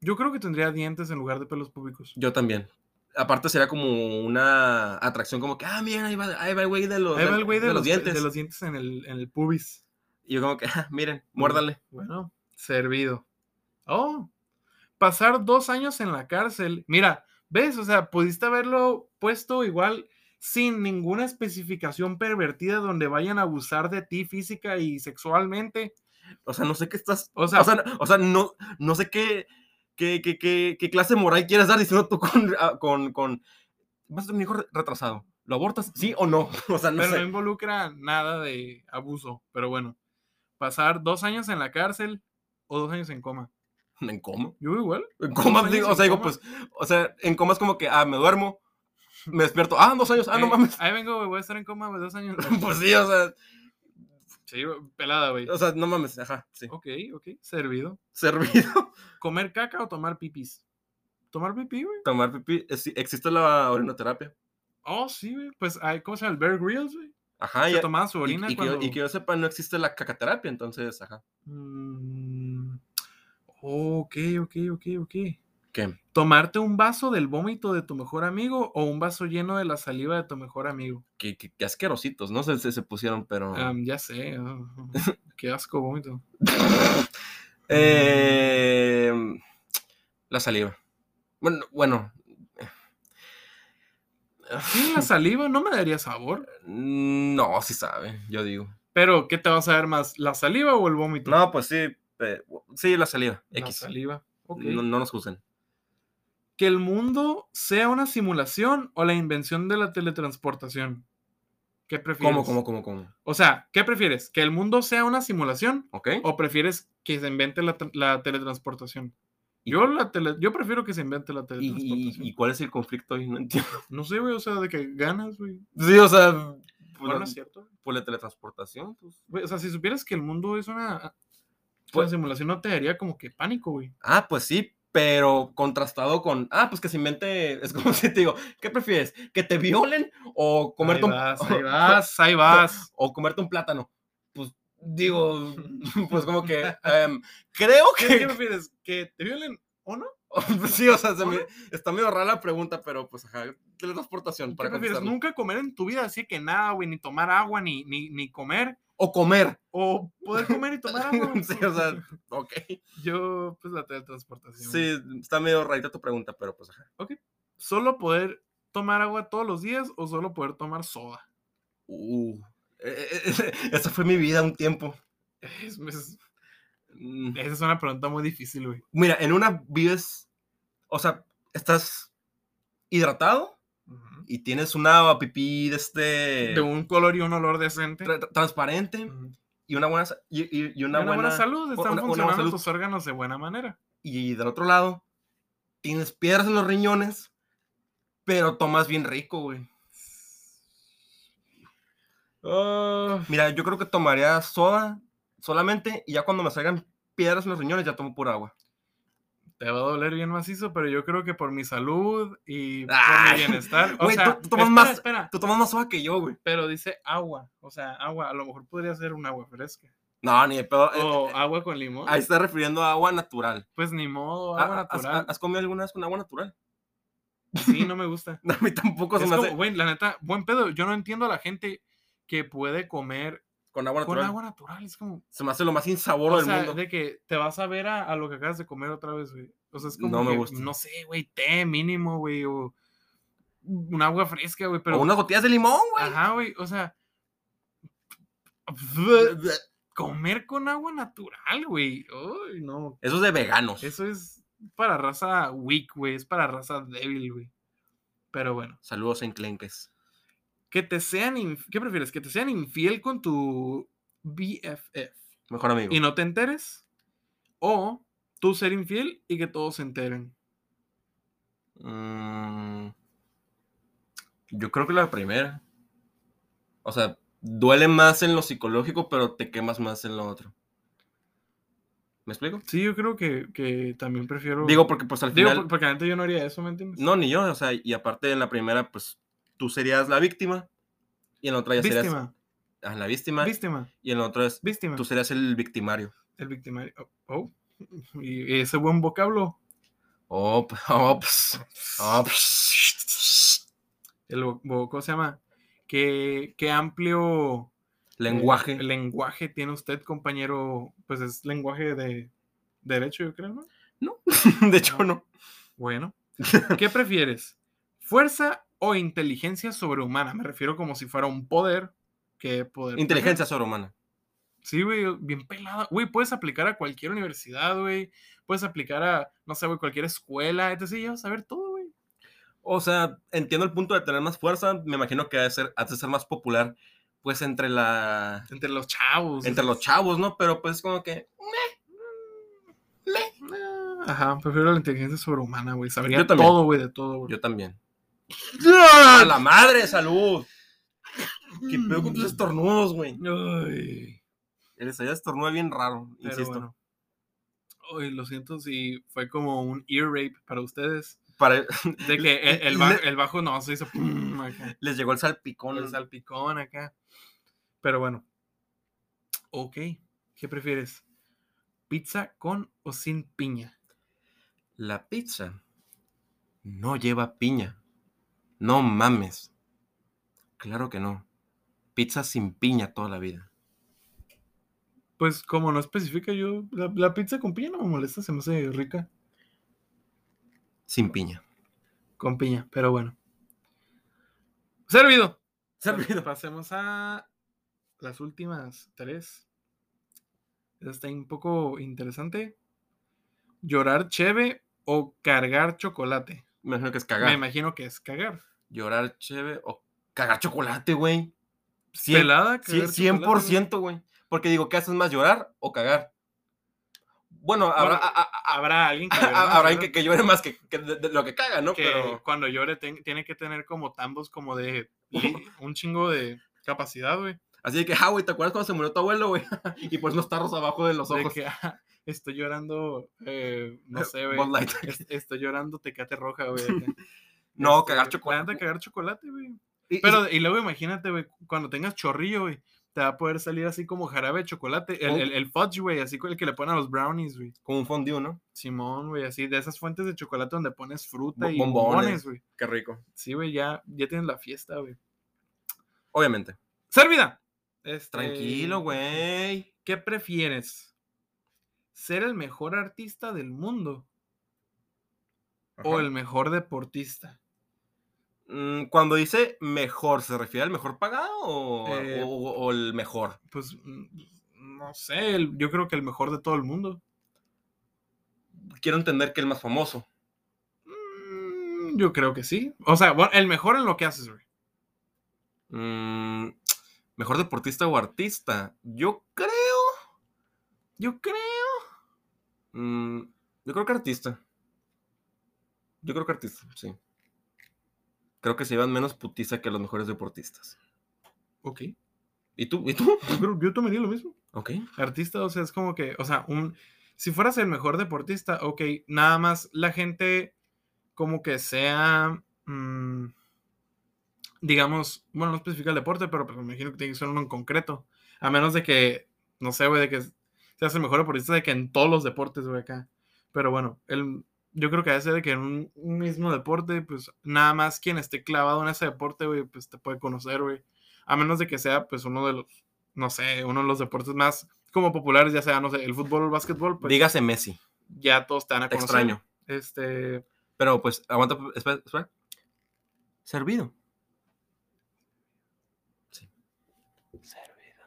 [SPEAKER 2] Yo creo que tendría dientes en lugar de pelos públicos.
[SPEAKER 3] Yo también. Aparte sería como una atracción como que, ah, mira, ahí va, ahí va el güey de los,
[SPEAKER 2] Ahí va el güey de,
[SPEAKER 3] de
[SPEAKER 2] los,
[SPEAKER 3] dientes.
[SPEAKER 2] de los dientes en el, en el pubis.
[SPEAKER 3] Y yo como que, "Ah, miren, muérdale.
[SPEAKER 2] Bueno, servido. Oh, pasar dos años en la cárcel. Mira, ¿ves? O sea, pudiste haberlo puesto igual sin ninguna especificación pervertida donde vayan a abusar de ti física y sexualmente.
[SPEAKER 3] O sea, no sé qué estás...
[SPEAKER 2] O
[SPEAKER 3] O sea,
[SPEAKER 2] sea,
[SPEAKER 3] no- o sea, no, no sé qué, qué, qué, qué, qué clase de moral quieres dar diciendo tú con, ah, con, con... Vas a tener un hijo re- retrasado. ¿Lo abortas? ¿Sí o no? O sea, no
[SPEAKER 2] pero no
[SPEAKER 3] sé.
[SPEAKER 2] involucra nada de abuso. Pero bueno, pasar dos años en la cárcel o dos años en coma.
[SPEAKER 3] ¿En coma?
[SPEAKER 2] Yo igual.
[SPEAKER 3] ¿En coma?
[SPEAKER 2] años
[SPEAKER 3] digo, o
[SPEAKER 2] en
[SPEAKER 3] sea, digo,
[SPEAKER 2] coma?
[SPEAKER 3] pues... O sea, en coma es como que, ah, me duermo, me despierto. Ah, dos años. Ah, no
[SPEAKER 2] ahí-
[SPEAKER 3] mames.
[SPEAKER 2] Eh, Ahí vengo, güey, voy a estar en coma güey, dos años.
[SPEAKER 3] Pues sí, o sea,
[SPEAKER 2] Sí, güey, pelada, güey.
[SPEAKER 3] o sea, no mames. Ajá, sí.
[SPEAKER 2] Ok, ok, servido.
[SPEAKER 3] Servido.
[SPEAKER 2] ¿Comer caca o tomar pipis? ¿Tomar pipí, güey?
[SPEAKER 3] Tomar pipí. es- sí, ¿Existe eh, la orinoterapia?
[SPEAKER 2] Oh, sí, güey. Pues, hay, ¿cómo se llama? El Bear Grylls, güey.
[SPEAKER 3] Ajá,
[SPEAKER 2] Se
[SPEAKER 3] Ah, y,
[SPEAKER 2] tomaban su orina
[SPEAKER 3] y- y que yo-
[SPEAKER 2] cuando...
[SPEAKER 3] y que yo sepa, no existe la cacaterapia, entonces, ajá.
[SPEAKER 2] Mm, ok, ok, ok, ok.
[SPEAKER 3] ¿Qué?
[SPEAKER 2] ¿Tomarte un vaso del vómito de tu mejor amigo o un vaso lleno de la saliva de tu mejor amigo?
[SPEAKER 3] Qué, qué- qué asquerositos, ¿no? Se, se, se pusieron, pero...
[SPEAKER 2] Am, ya sé. ah, qué asco, vómito.
[SPEAKER 3] Eh, la saliva. Bueno, bueno.
[SPEAKER 2] Sí, la saliva no me daría sabor.
[SPEAKER 3] No, sí sabe, yo digo.
[SPEAKER 2] Pero, ¿qué te vas a ver más? ¿La saliva o el vómito?
[SPEAKER 3] No, pues sí. eh, sí, la saliva.
[SPEAKER 2] la
[SPEAKER 3] X.
[SPEAKER 2] saliva. ok.
[SPEAKER 3] No, no nos juzguen.
[SPEAKER 2] ¿Que el mundo sea una simulación o la invención de la teletransportación? ¿Qué prefieres?
[SPEAKER 3] ¿Cómo, cómo, cómo, cómo?
[SPEAKER 2] O sea, ¿qué prefieres? ¿Que el mundo sea una simulación
[SPEAKER 3] ¿Ok?
[SPEAKER 2] ¿O prefieres que se invente la, tra- la teletransportación? Yo, la tele- yo prefiero que se invente la
[SPEAKER 3] ¿Y, y-
[SPEAKER 2] teletransportación.
[SPEAKER 3] y cuál es el conflicto ahí? No entiendo.
[SPEAKER 2] No sé, güey, o sea, de que ganas, güey.
[SPEAKER 3] Sí, o sea, por,
[SPEAKER 2] Bueno,
[SPEAKER 3] la,
[SPEAKER 2] es cierto.
[SPEAKER 3] por la teletransportación. pues.
[SPEAKER 2] Güey, o sea, si supieras que el mundo es una, ah, una
[SPEAKER 3] Pues-
[SPEAKER 2] simulación, no te daría como que pánico, güey.
[SPEAKER 3] Ah, pues sí, pero contrastado con. Ah, pues que se invente. Es como si te digo, ¿qué prefieres? ¿Que te violen o comerte
[SPEAKER 2] ahí
[SPEAKER 3] un-
[SPEAKER 2] vas, ahí vas, ahí vas.
[SPEAKER 3] o comerte un plátano. Pues digo, pues como que em, creo
[SPEAKER 2] ¿Qué, qué
[SPEAKER 3] que
[SPEAKER 2] prefieres? ¿Que te violen o no?
[SPEAKER 3] sí, o sea, se me- está medio rara la pregunta, pero pues ajá, teletransportación
[SPEAKER 2] ¿Qué
[SPEAKER 3] para
[SPEAKER 2] prefieres?
[SPEAKER 3] contestarlo.
[SPEAKER 2] Nunca comer en tu vida, así que nada, güey, ni tomar agua, ni, ni, ni comer.
[SPEAKER 3] O comer.
[SPEAKER 2] O poder comer y tomar agua. güey.
[SPEAKER 3] sí, o sea, ok.
[SPEAKER 2] Yo, pues la teletransportación. güey.
[SPEAKER 3] Sí, está medio rarita tu pregunta, pero pues ajá.
[SPEAKER 2] ¿Solo poder tomar agua todos los días o solo poder tomar soda?
[SPEAKER 3] Uh, eh, eh, eh, esa fue mi vida un tiempo.
[SPEAKER 2] Es- es-
[SPEAKER 3] Mm,
[SPEAKER 2] esa es una pregunta muy difícil, güey.
[SPEAKER 3] Mira, en una vives, o sea, estás hidratado y tienes una pipí de este
[SPEAKER 2] De un color y un olor decente.
[SPEAKER 3] tra- tra- transparente.
[SPEAKER 2] Ujú.
[SPEAKER 3] y una buena, sa- y, y- y
[SPEAKER 2] Y
[SPEAKER 3] una buena-
[SPEAKER 2] salud, están
[SPEAKER 3] una buena
[SPEAKER 2] funcionando
[SPEAKER 3] salud.
[SPEAKER 2] tus órganos de buena manera.
[SPEAKER 3] y del otro lado tienes piedras en los riñones, pero tomas bien rico, güey. Mira, yo creo que tomaría soda solamente y ya cuando me salgan piedras en los riñones ya tomo pura agua.
[SPEAKER 2] Te va a doler bien macizo, pero yo creo que por mi salud y por
[SPEAKER 3] Ay,
[SPEAKER 2] mi bienestar. O
[SPEAKER 3] Ah. güey,
[SPEAKER 2] sea,
[SPEAKER 3] tú- tú tomas
[SPEAKER 2] espera,
[SPEAKER 3] más-
[SPEAKER 2] espera,
[SPEAKER 3] Tú tomas más soda que yo, güey.
[SPEAKER 2] Pero dice agua. O sea, agua. A lo mejor podría ser un agua fresca.
[SPEAKER 3] No, ni de pedo. eh,
[SPEAKER 2] O
[SPEAKER 3] eh,
[SPEAKER 2] agua con limón.
[SPEAKER 3] ahí está refiriendo a agua natural.
[SPEAKER 2] Pues ni modo,
[SPEAKER 3] Ah,
[SPEAKER 2] Oh. agua
[SPEAKER 3] ah, ¿has-
[SPEAKER 2] natural.
[SPEAKER 3] ¿Has, comido alguna vez con agua natural?
[SPEAKER 2] Sí, no me gusta.
[SPEAKER 3] A mí tampoco se
[SPEAKER 2] Es
[SPEAKER 3] me
[SPEAKER 2] como,
[SPEAKER 3] hace
[SPEAKER 2] güey, la neta, buen pedo. Yo no entiendo a la gente que puede comer
[SPEAKER 3] con agua
[SPEAKER 2] con
[SPEAKER 3] natural.
[SPEAKER 2] agua natural. Es como,
[SPEAKER 3] Se me hace lo más insaboro
[SPEAKER 2] o
[SPEAKER 3] del
[SPEAKER 2] sea,
[SPEAKER 3] mundo.
[SPEAKER 2] de que te vas a ver a, a lo que acabas de comer otra vez, güey. O sea, es como,
[SPEAKER 3] No me
[SPEAKER 2] que,
[SPEAKER 3] gusta.
[SPEAKER 2] no sé, güey, té mínimo, güey, o un agua fresca, güey, pero.
[SPEAKER 3] o unas gotillas de limón, güey.
[SPEAKER 2] Ajá, güey, o sea. Comer con agua natural, güey. Uy, no.
[SPEAKER 3] Eso es de veganos.
[SPEAKER 2] Eso es para raza weak, güey. Es para raza débil, güey. Pero bueno.
[SPEAKER 3] Saludos en Clenques.
[SPEAKER 2] que te sean inf- ¿qué prefieres? Que te sean infiel con tu BFF
[SPEAKER 3] Mejor amigo.
[SPEAKER 2] y no te enteres o tú ser infiel y que todos se enteren.
[SPEAKER 3] Mm, yo creo que la primera. O sea, duele más en lo psicológico, pero te quemas más en lo otro. ¿Me explico?
[SPEAKER 2] Sí, yo creo que, que también prefiero
[SPEAKER 3] Digo, porque pues al
[SPEAKER 2] digo
[SPEAKER 3] final.
[SPEAKER 2] por- porque antes yo no haría eso, ¿me entiendes?
[SPEAKER 3] No, ni yo. O sea, y aparte en la primera, pues tú serías la víctima. Y en la otra ya serías.
[SPEAKER 2] víctima,
[SPEAKER 3] ah, la víctima.
[SPEAKER 2] víctima,
[SPEAKER 3] Y en la otra es.
[SPEAKER 2] víctima.
[SPEAKER 3] Tú serías el victimario.
[SPEAKER 2] El victimario. Oh, oh, Y y ese buen vocablo.
[SPEAKER 3] Oh, p- oh, ps, oh, ps.
[SPEAKER 2] El vo- vo- ¿cómo se llama? Qué, qué amplio
[SPEAKER 3] Lenguaje.
[SPEAKER 2] eh, lenguaje tiene usted, compañero. Pues es lenguaje de derecho, yo creo, ¿no?
[SPEAKER 3] No. De hecho, no.
[SPEAKER 2] Bueno, ¿qué prefieres? ¿Fuerza o inteligencia sobrehumana? Me refiero como si fuera un poder. ¿Qué poder?
[SPEAKER 3] Inteligencia
[SPEAKER 2] prefieres?
[SPEAKER 3] sobrehumana.
[SPEAKER 2] Sí, güey, bien pelada. Güey, puedes aplicar a cualquier universidad, güey. Puedes aplicar a, no sé, güey, cualquier escuela, etc. Ya vas a ver todo, güey.
[SPEAKER 3] O sea, entiendo el punto de tener más fuerza. Me imagino que ha de ser, ha de ser más popular, pues, entre la.
[SPEAKER 2] Entre los chavos.
[SPEAKER 3] Entre los chavos, ¿no? Pero pues como que.
[SPEAKER 2] Ah, Ajá, prefiero la inteligencia sobrehumana, güey. Sabría
[SPEAKER 3] Yo también.
[SPEAKER 2] todo, güey, de todo, güey. ¡Ah!
[SPEAKER 3] Yo también. ¡A la madre! ¡Salud!
[SPEAKER 2] Mm.
[SPEAKER 3] ¿Qué pedo con tus estornudos, güey?
[SPEAKER 2] Ay,
[SPEAKER 3] El allá estornuda bien raro,
[SPEAKER 2] pero
[SPEAKER 3] insisto.
[SPEAKER 2] bueno. Ay, lo siento si fue como un ear rape para ustedes.
[SPEAKER 3] Para,
[SPEAKER 2] De que el, el ba- el bajo no se hizo pum, acá,
[SPEAKER 3] les llegó el salpicón.
[SPEAKER 2] el salpicón acá. Pero bueno. Ok. ¿Qué prefieres? ¿Pizza con o sin piña?
[SPEAKER 3] La pizza no lleva piña. No mames. Claro que no. Pizza sin piña toda la vida.
[SPEAKER 2] Pues como no especifica yo, la, la pizza con piña no me molesta, se me hace rica
[SPEAKER 3] Sin piña.
[SPEAKER 2] con piña, pero bueno. Servido.
[SPEAKER 3] Servido.
[SPEAKER 2] Pasemos a las últimas tres. Esta está un poco interesante. Llorar cheve o cargar chocolate.
[SPEAKER 3] Me imagino que es
[SPEAKER 2] Me
[SPEAKER 3] cagar.
[SPEAKER 2] imagino que es cagar.
[SPEAKER 3] Llorar chévere o cagar chocolate, güey. Cien-
[SPEAKER 2] Pelada,
[SPEAKER 3] cien-
[SPEAKER 2] cagar chocolate, güey.
[SPEAKER 3] 100%, güey. Porque digo, ¿qué haces más llorar o cagar? Bueno, habrá,
[SPEAKER 2] Bueno,
[SPEAKER 3] a- a- a-
[SPEAKER 2] Habrá alguien que, llore más,
[SPEAKER 3] Ah, habrá alguien
[SPEAKER 2] ¿verdad?
[SPEAKER 3] que, que llore más que, que de- de lo que caga, ¿no?
[SPEAKER 2] Que
[SPEAKER 3] Pero
[SPEAKER 2] cuando llore ten- tiene que tener como tambos como de li- un chingo de capacidad, güey.
[SPEAKER 3] así de que, ah, güey, ¿te acuerdas cuando se murió tu abuelo, güey? y pues unos tarros abajo de los
[SPEAKER 2] De
[SPEAKER 3] ojos.
[SPEAKER 2] que, ah, estoy llorando, eh, no sé, güey.
[SPEAKER 3] Bud Light.
[SPEAKER 2] Es- Estoy llorando tecate roja, güey. acá.
[SPEAKER 3] No,
[SPEAKER 2] Este,
[SPEAKER 3] cagar
[SPEAKER 2] la neta,
[SPEAKER 3] chocolate.
[SPEAKER 2] cagar chocolate, güey.
[SPEAKER 3] Y- y-
[SPEAKER 2] Pero, y luego imagínate, güey, cuando tengas chorrillo, güey, te va a poder salir así como jarabe de chocolate. El,
[SPEAKER 3] Oh.
[SPEAKER 2] el- el fudge, güey, así con el que le ponen a los brownies, güey.
[SPEAKER 3] Como un fondue, ¿no?
[SPEAKER 2] Simón, güey, así de esas fuentes de chocolate donde pones fruta
[SPEAKER 3] Bo-
[SPEAKER 2] y
[SPEAKER 3] bombones.
[SPEAKER 2] bombones, güey.
[SPEAKER 3] Qué rico.
[SPEAKER 2] Sí, güey, ya, ya tienes la fiesta, güey.
[SPEAKER 3] Obviamente.
[SPEAKER 2] ¡Servida! Este,
[SPEAKER 3] Tranquilo, güey.
[SPEAKER 2] ¿Qué prefieres? ¿Ser el mejor artista del mundo o
[SPEAKER 3] Ajá.
[SPEAKER 2] el mejor deportista?
[SPEAKER 3] Mm, Cuando dice mejor, ¿se refiere al mejor pagado o,
[SPEAKER 2] Eh,
[SPEAKER 3] o- o el mejor?
[SPEAKER 2] Pues, mm, no sé, el- yo creo que el mejor de todo el mundo.
[SPEAKER 3] Quiero entender que el más famoso.
[SPEAKER 2] Mm, Yo creo que sí. O sea, bueno, el mejor en lo que haces, güey.
[SPEAKER 3] Mm, mejor deportista o artista. Yo creo.
[SPEAKER 2] Yo creo.
[SPEAKER 3] mm, yo creo que artista. Yo creo que artista, sí. Creo que se llevan menos putiza que los mejores deportistas.
[SPEAKER 2] Ok.
[SPEAKER 3] ¿Y tú? ¿Y tú?
[SPEAKER 2] Yo, creo- yo tomaría lo mismo.
[SPEAKER 3] Ok.
[SPEAKER 2] Artista, o sea, es como que, o sea, un. Si fueras el mejor deportista, ok, nada más la gente como que sea. mm, digamos, bueno, no especifica el deporte, pero pues, me imagino que tiene que ser uno en concreto. A menos de que, no sé, güey, de que seas el mejor deportista de que en todos los deportes, güey, acá. Pero bueno, el, yo creo que a veces de que en un, un mismo deporte, pues nada más quien esté clavado en ese deporte, güey, pues te puede conocer, güey. A menos de que sea, pues, uno de los, no sé, uno de los deportes más como populares, ya sea, no sé, el fútbol o el básquetbol, pues
[SPEAKER 3] Dígase Messi.
[SPEAKER 2] ya todos te van a
[SPEAKER 3] Te
[SPEAKER 2] conocer.
[SPEAKER 3] extraño.
[SPEAKER 2] Este,
[SPEAKER 3] Pero pues, aguanta, espera, espera. Servido. Sí. Servido.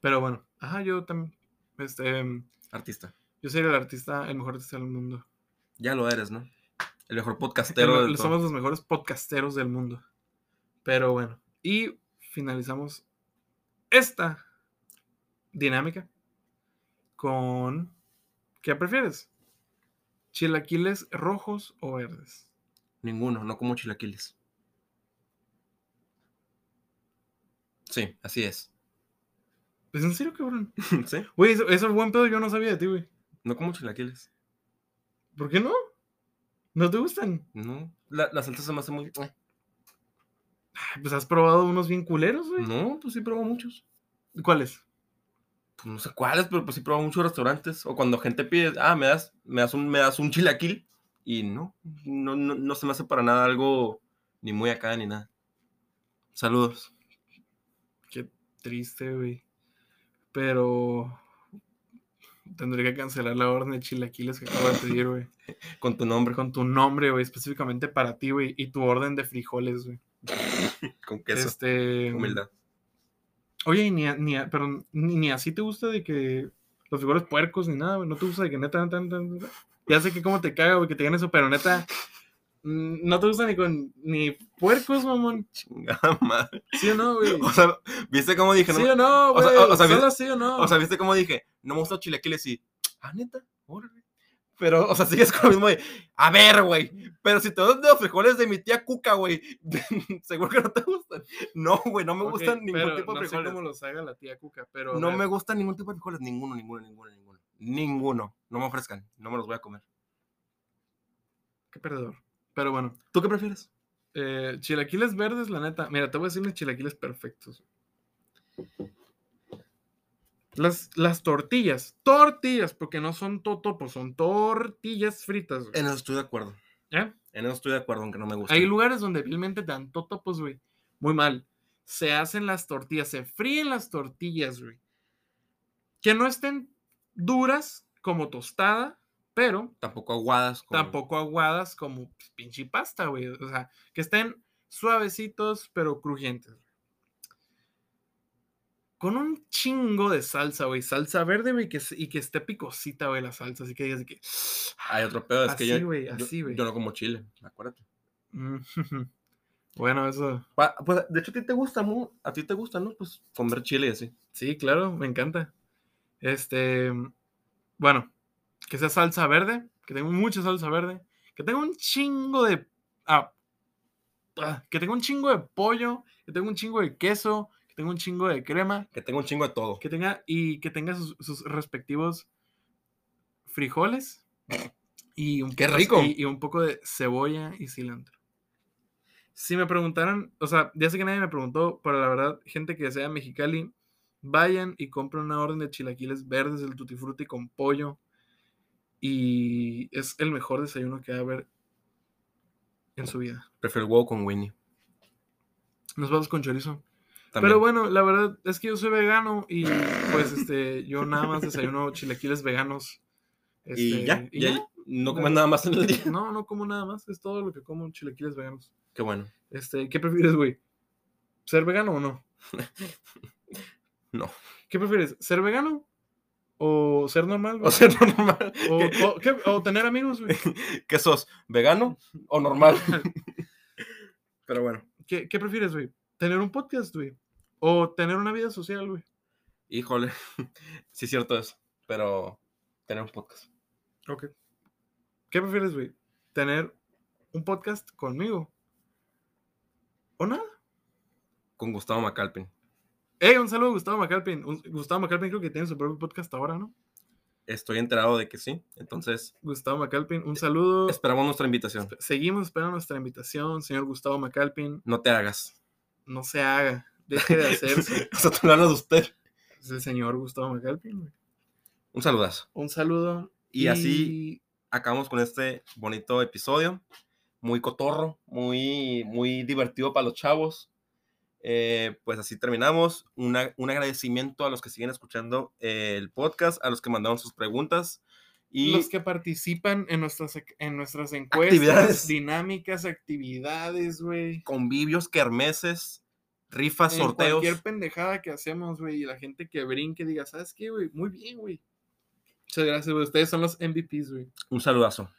[SPEAKER 2] pero bueno, ajá, yo también, este,
[SPEAKER 3] Artista.
[SPEAKER 2] yo sería el artista, el mejor artista del mundo.
[SPEAKER 3] Ya lo eres, ¿no? El mejor
[SPEAKER 2] El
[SPEAKER 3] podcastero
[SPEAKER 2] me-
[SPEAKER 3] del
[SPEAKER 2] somos
[SPEAKER 3] todo.
[SPEAKER 2] los mejores podcasteros del mundo. Pero bueno, y finalizamos esta dinámica con ¿qué prefieres? ¿Chilaquiles rojos o verdes?
[SPEAKER 3] Ninguno, no como chilaquiles. Sí, así es.
[SPEAKER 2] Pues en serio, cabrón.
[SPEAKER 3] ¿Sí?
[SPEAKER 2] Güey, eso, eso es buen pedo, yo no sabía de ti, güey.
[SPEAKER 3] No como chilaquiles.
[SPEAKER 2] ¿Por qué no? ¿No te gustan?
[SPEAKER 3] No. La, la salsa se me hace muy. eh,
[SPEAKER 2] Ay, Pues has probado unos bien culeros, güey.
[SPEAKER 3] No, pues sí probó muchos.
[SPEAKER 2] ¿Cuáles?
[SPEAKER 3] Pues no sé cuáles, pero pues sí probó muchos restaurantes. O cuando gente pide, ah, me das, me das un, me das un chilaquil. Y no, no, no, no se me hace para nada algo ni muy acá ni nada. Saludos.
[SPEAKER 2] Qué triste, güey. Pero tendré que cancelar la orden de chilaquiles que acabo de pedir, güey.
[SPEAKER 3] Con tu nombre, con,
[SPEAKER 2] Con tu nombre, güey, específicamente para ti, güey. Y tu orden de frijoles, güey.
[SPEAKER 3] con queso.
[SPEAKER 2] Este.
[SPEAKER 3] Humildad.
[SPEAKER 2] Oye, y ni, a- ni, a- perdón, ni, ni así te gusta de que los frijoles puercos ni nada, güey. No te gusta de que neta, neta, neta, neta. Ya sé que cómo te caga, güey, que te digan eso, pero neta. mm, No te gusta ni con ni puercos, mamón.
[SPEAKER 3] Chingada madre.
[SPEAKER 2] ¿Sí o no, güey?
[SPEAKER 3] O sea, ¿viste cómo dije? No
[SPEAKER 2] ¿Sí
[SPEAKER 3] me-
[SPEAKER 2] o no,
[SPEAKER 3] o
[SPEAKER 2] güey?
[SPEAKER 3] sea, o- o sea,
[SPEAKER 2] Solo
[SPEAKER 3] vi-
[SPEAKER 2] sí o no.
[SPEAKER 3] O sea, ¿viste cómo dije? No me gustan los chilaquiles y. Ah, neta, órale. Pero, o sea, sigues con lo mismo de. A ver, güey. Pero si te das de los frijoles de mi tía Cuca, güey. Seguro que no te gustan. No, güey, no me
[SPEAKER 2] Ok,
[SPEAKER 3] gustan ningún
[SPEAKER 2] pero
[SPEAKER 3] tipo de
[SPEAKER 2] No sé
[SPEAKER 3] frijoles.
[SPEAKER 2] cómo los haga la tía Cuca, pero. a
[SPEAKER 3] No
[SPEAKER 2] ver,
[SPEAKER 3] me gustan ningún tipo de frijoles. Ninguno, ninguno, ninguno, ninguno. Ninguno. No me ofrezcan. No me los voy a comer.
[SPEAKER 2] Qué perdedor. Pero bueno,
[SPEAKER 3] ¿Tú qué prefieres?
[SPEAKER 2] eh, chilaquiles verdes, la neta. Mira, te voy a decir mis chilaquiles perfectos. Las, las tortillas, tortillas, porque no son totopos, son tortillas fritas. güey.
[SPEAKER 3] En eso estoy de acuerdo.
[SPEAKER 2] ¿Eh?
[SPEAKER 3] En eso estoy de acuerdo, aunque no me gusta.
[SPEAKER 2] Hay lugares donde realmente te dan totopos, güey. Muy mal. Se hacen las tortillas, se fríen las tortillas, güey. Que no estén duras como tostada, pero
[SPEAKER 3] Tampoco aguadas. como-
[SPEAKER 2] tampoco aguadas como pues, pinche pasta, güey. O sea, que estén suavecitos pero crujientes. güey. Con un chingo de salsa, güey. Salsa verde, güey, que, se- y que esté picosita, güey, la salsa. Así que digas de que. "Ah,
[SPEAKER 3] Hay otro pedo, es que
[SPEAKER 2] Así,
[SPEAKER 3] yo,
[SPEAKER 2] güey,
[SPEAKER 3] yo-
[SPEAKER 2] así,
[SPEAKER 3] yo,
[SPEAKER 2] güey.
[SPEAKER 3] no como chile, acuérdate.
[SPEAKER 2] mm, bueno, eso.
[SPEAKER 3] Pa- pues, de hecho, a ti te gusta, mu- a ti te gusta, ¿no? Pues comer chile y así.
[SPEAKER 2] Sí, claro, me encanta. Este, bueno, que sea salsa verde, que tenga mucha salsa verde, que tenga un chingo de, ah, ah, que tenga un chingo de pollo, que tenga un chingo de queso, que tenga un chingo de crema,
[SPEAKER 3] Que tengo un chingo de todo.
[SPEAKER 2] que tenga y que tenga sus, sus respectivos frijoles y un,
[SPEAKER 3] ¡Qué
[SPEAKER 2] poco-
[SPEAKER 3] rico!
[SPEAKER 2] Y, y un poco de cebolla y cilantro. Si me preguntaran, o sea, ya sé que nadie me preguntó, pero la verdad, gente que sea de Mexicali, vayan y compren una orden de chilaquiles verdes del Tutti Frutti con pollo. Y es el mejor desayuno que va a haber en su vida.
[SPEAKER 3] Prefiero el huevo con Winnie.
[SPEAKER 2] Nos vamos con chorizo.
[SPEAKER 3] También.
[SPEAKER 2] Pero bueno, la verdad es que yo soy vegano y pues este, yo nada más desayuno chilaquiles veganos.
[SPEAKER 3] y
[SPEAKER 2] este,
[SPEAKER 3] ya,
[SPEAKER 2] y
[SPEAKER 3] ya,
[SPEAKER 2] ya.
[SPEAKER 3] no
[SPEAKER 2] Ya.
[SPEAKER 3] comes nada más en el día.
[SPEAKER 2] No, no como nada más, es todo lo que como chilaquiles veganos.
[SPEAKER 3] Qué bueno.
[SPEAKER 2] Este, ¿qué prefieres, güey? ¿Ser vegano o no?
[SPEAKER 3] No.
[SPEAKER 2] ¿Qué prefieres? ¿Ser vegano? ¿O ser normal?
[SPEAKER 3] O
[SPEAKER 2] güey?
[SPEAKER 3] sea, no normal.
[SPEAKER 2] O,
[SPEAKER 3] ¿Qué,
[SPEAKER 2] o- ¿qué- o tener amigos, güey.
[SPEAKER 3] qué sos? ¿Vegano o normal? Pero bueno.
[SPEAKER 2] ¿Qué, qué prefieres, güey? ¿Tener un podcast, güey? ¿O tener una vida social, güey?
[SPEAKER 3] Híjole. Sí, cierto es. Pero tener un podcast.
[SPEAKER 2] Ok. ¿Qué prefieres, güey? ¿Tener un podcast conmigo? ¿O nada?
[SPEAKER 3] Con Gustavo Macalpin.
[SPEAKER 2] ¡Ey! Un saludo a Gustavo Macalpin. Un- Gustavo Macalpin creo que tiene su propio podcast ahora, ¿no?
[SPEAKER 3] Estoy enterado de que sí. Entonces,
[SPEAKER 2] Gustavo Macalpin, un saludo.
[SPEAKER 3] esperamos nuestra invitación.
[SPEAKER 2] Este Seguimos esperando nuestra invitación, señor Gustavo Macalpin.
[SPEAKER 3] No te hagas.
[SPEAKER 2] No se haga, deje de hacerse.
[SPEAKER 3] o sea, tú le hablas de usted.
[SPEAKER 2] es el señor Gustavo Macalpin. güey.
[SPEAKER 3] Un saludazo.
[SPEAKER 2] Un saludo.
[SPEAKER 3] Y así acabamos con este bonito episodio. Muy cotorro, muy, muy divertido para los chavos. Eh, pues así terminamos. Una- un agradecimiento a los que siguen escuchando eh, el podcast, a los que mandaron sus preguntas. Y
[SPEAKER 2] los que participan en nuestras, en nuestras encuestas,
[SPEAKER 3] Actividades.
[SPEAKER 2] dinámicas, actividades, güey.
[SPEAKER 3] convivios, kermeses, rifas,
[SPEAKER 2] en
[SPEAKER 3] sorteos.
[SPEAKER 2] Cualquier pendejada que hacemos, güey, y la gente que brinque diga, ¿sabes qué, güey? Muy bien, güey. Muchas gracias, güey. Ustedes son los MVPs, güey.
[SPEAKER 3] Un saludazo.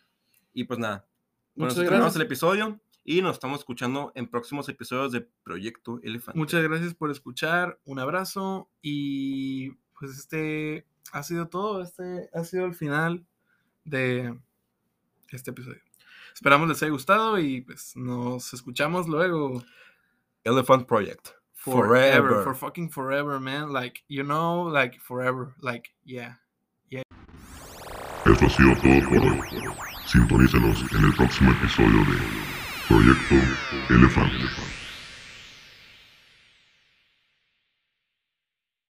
[SPEAKER 3] Y pues nada, Bueno,
[SPEAKER 2] Muchas
[SPEAKER 3] nosotros grabamos el
[SPEAKER 2] gracias.
[SPEAKER 3] episodio y nos estamos escuchando en próximos episodios de Proyecto Elefante.
[SPEAKER 2] Muchas gracias por escuchar. Un abrazo. Y pues este ha sido todo. Este ha sido el final de este episodio. Esperamos les haya gustado y pues nos escuchamos luego.
[SPEAKER 3] Elephant Project. Forever.
[SPEAKER 2] For fucking forever, man. Like, you know, like forever. Like, yeah.
[SPEAKER 1] Esto ha sido todo por hoy. Sintonícenos en el próximo episodio de Proyecto Elefante.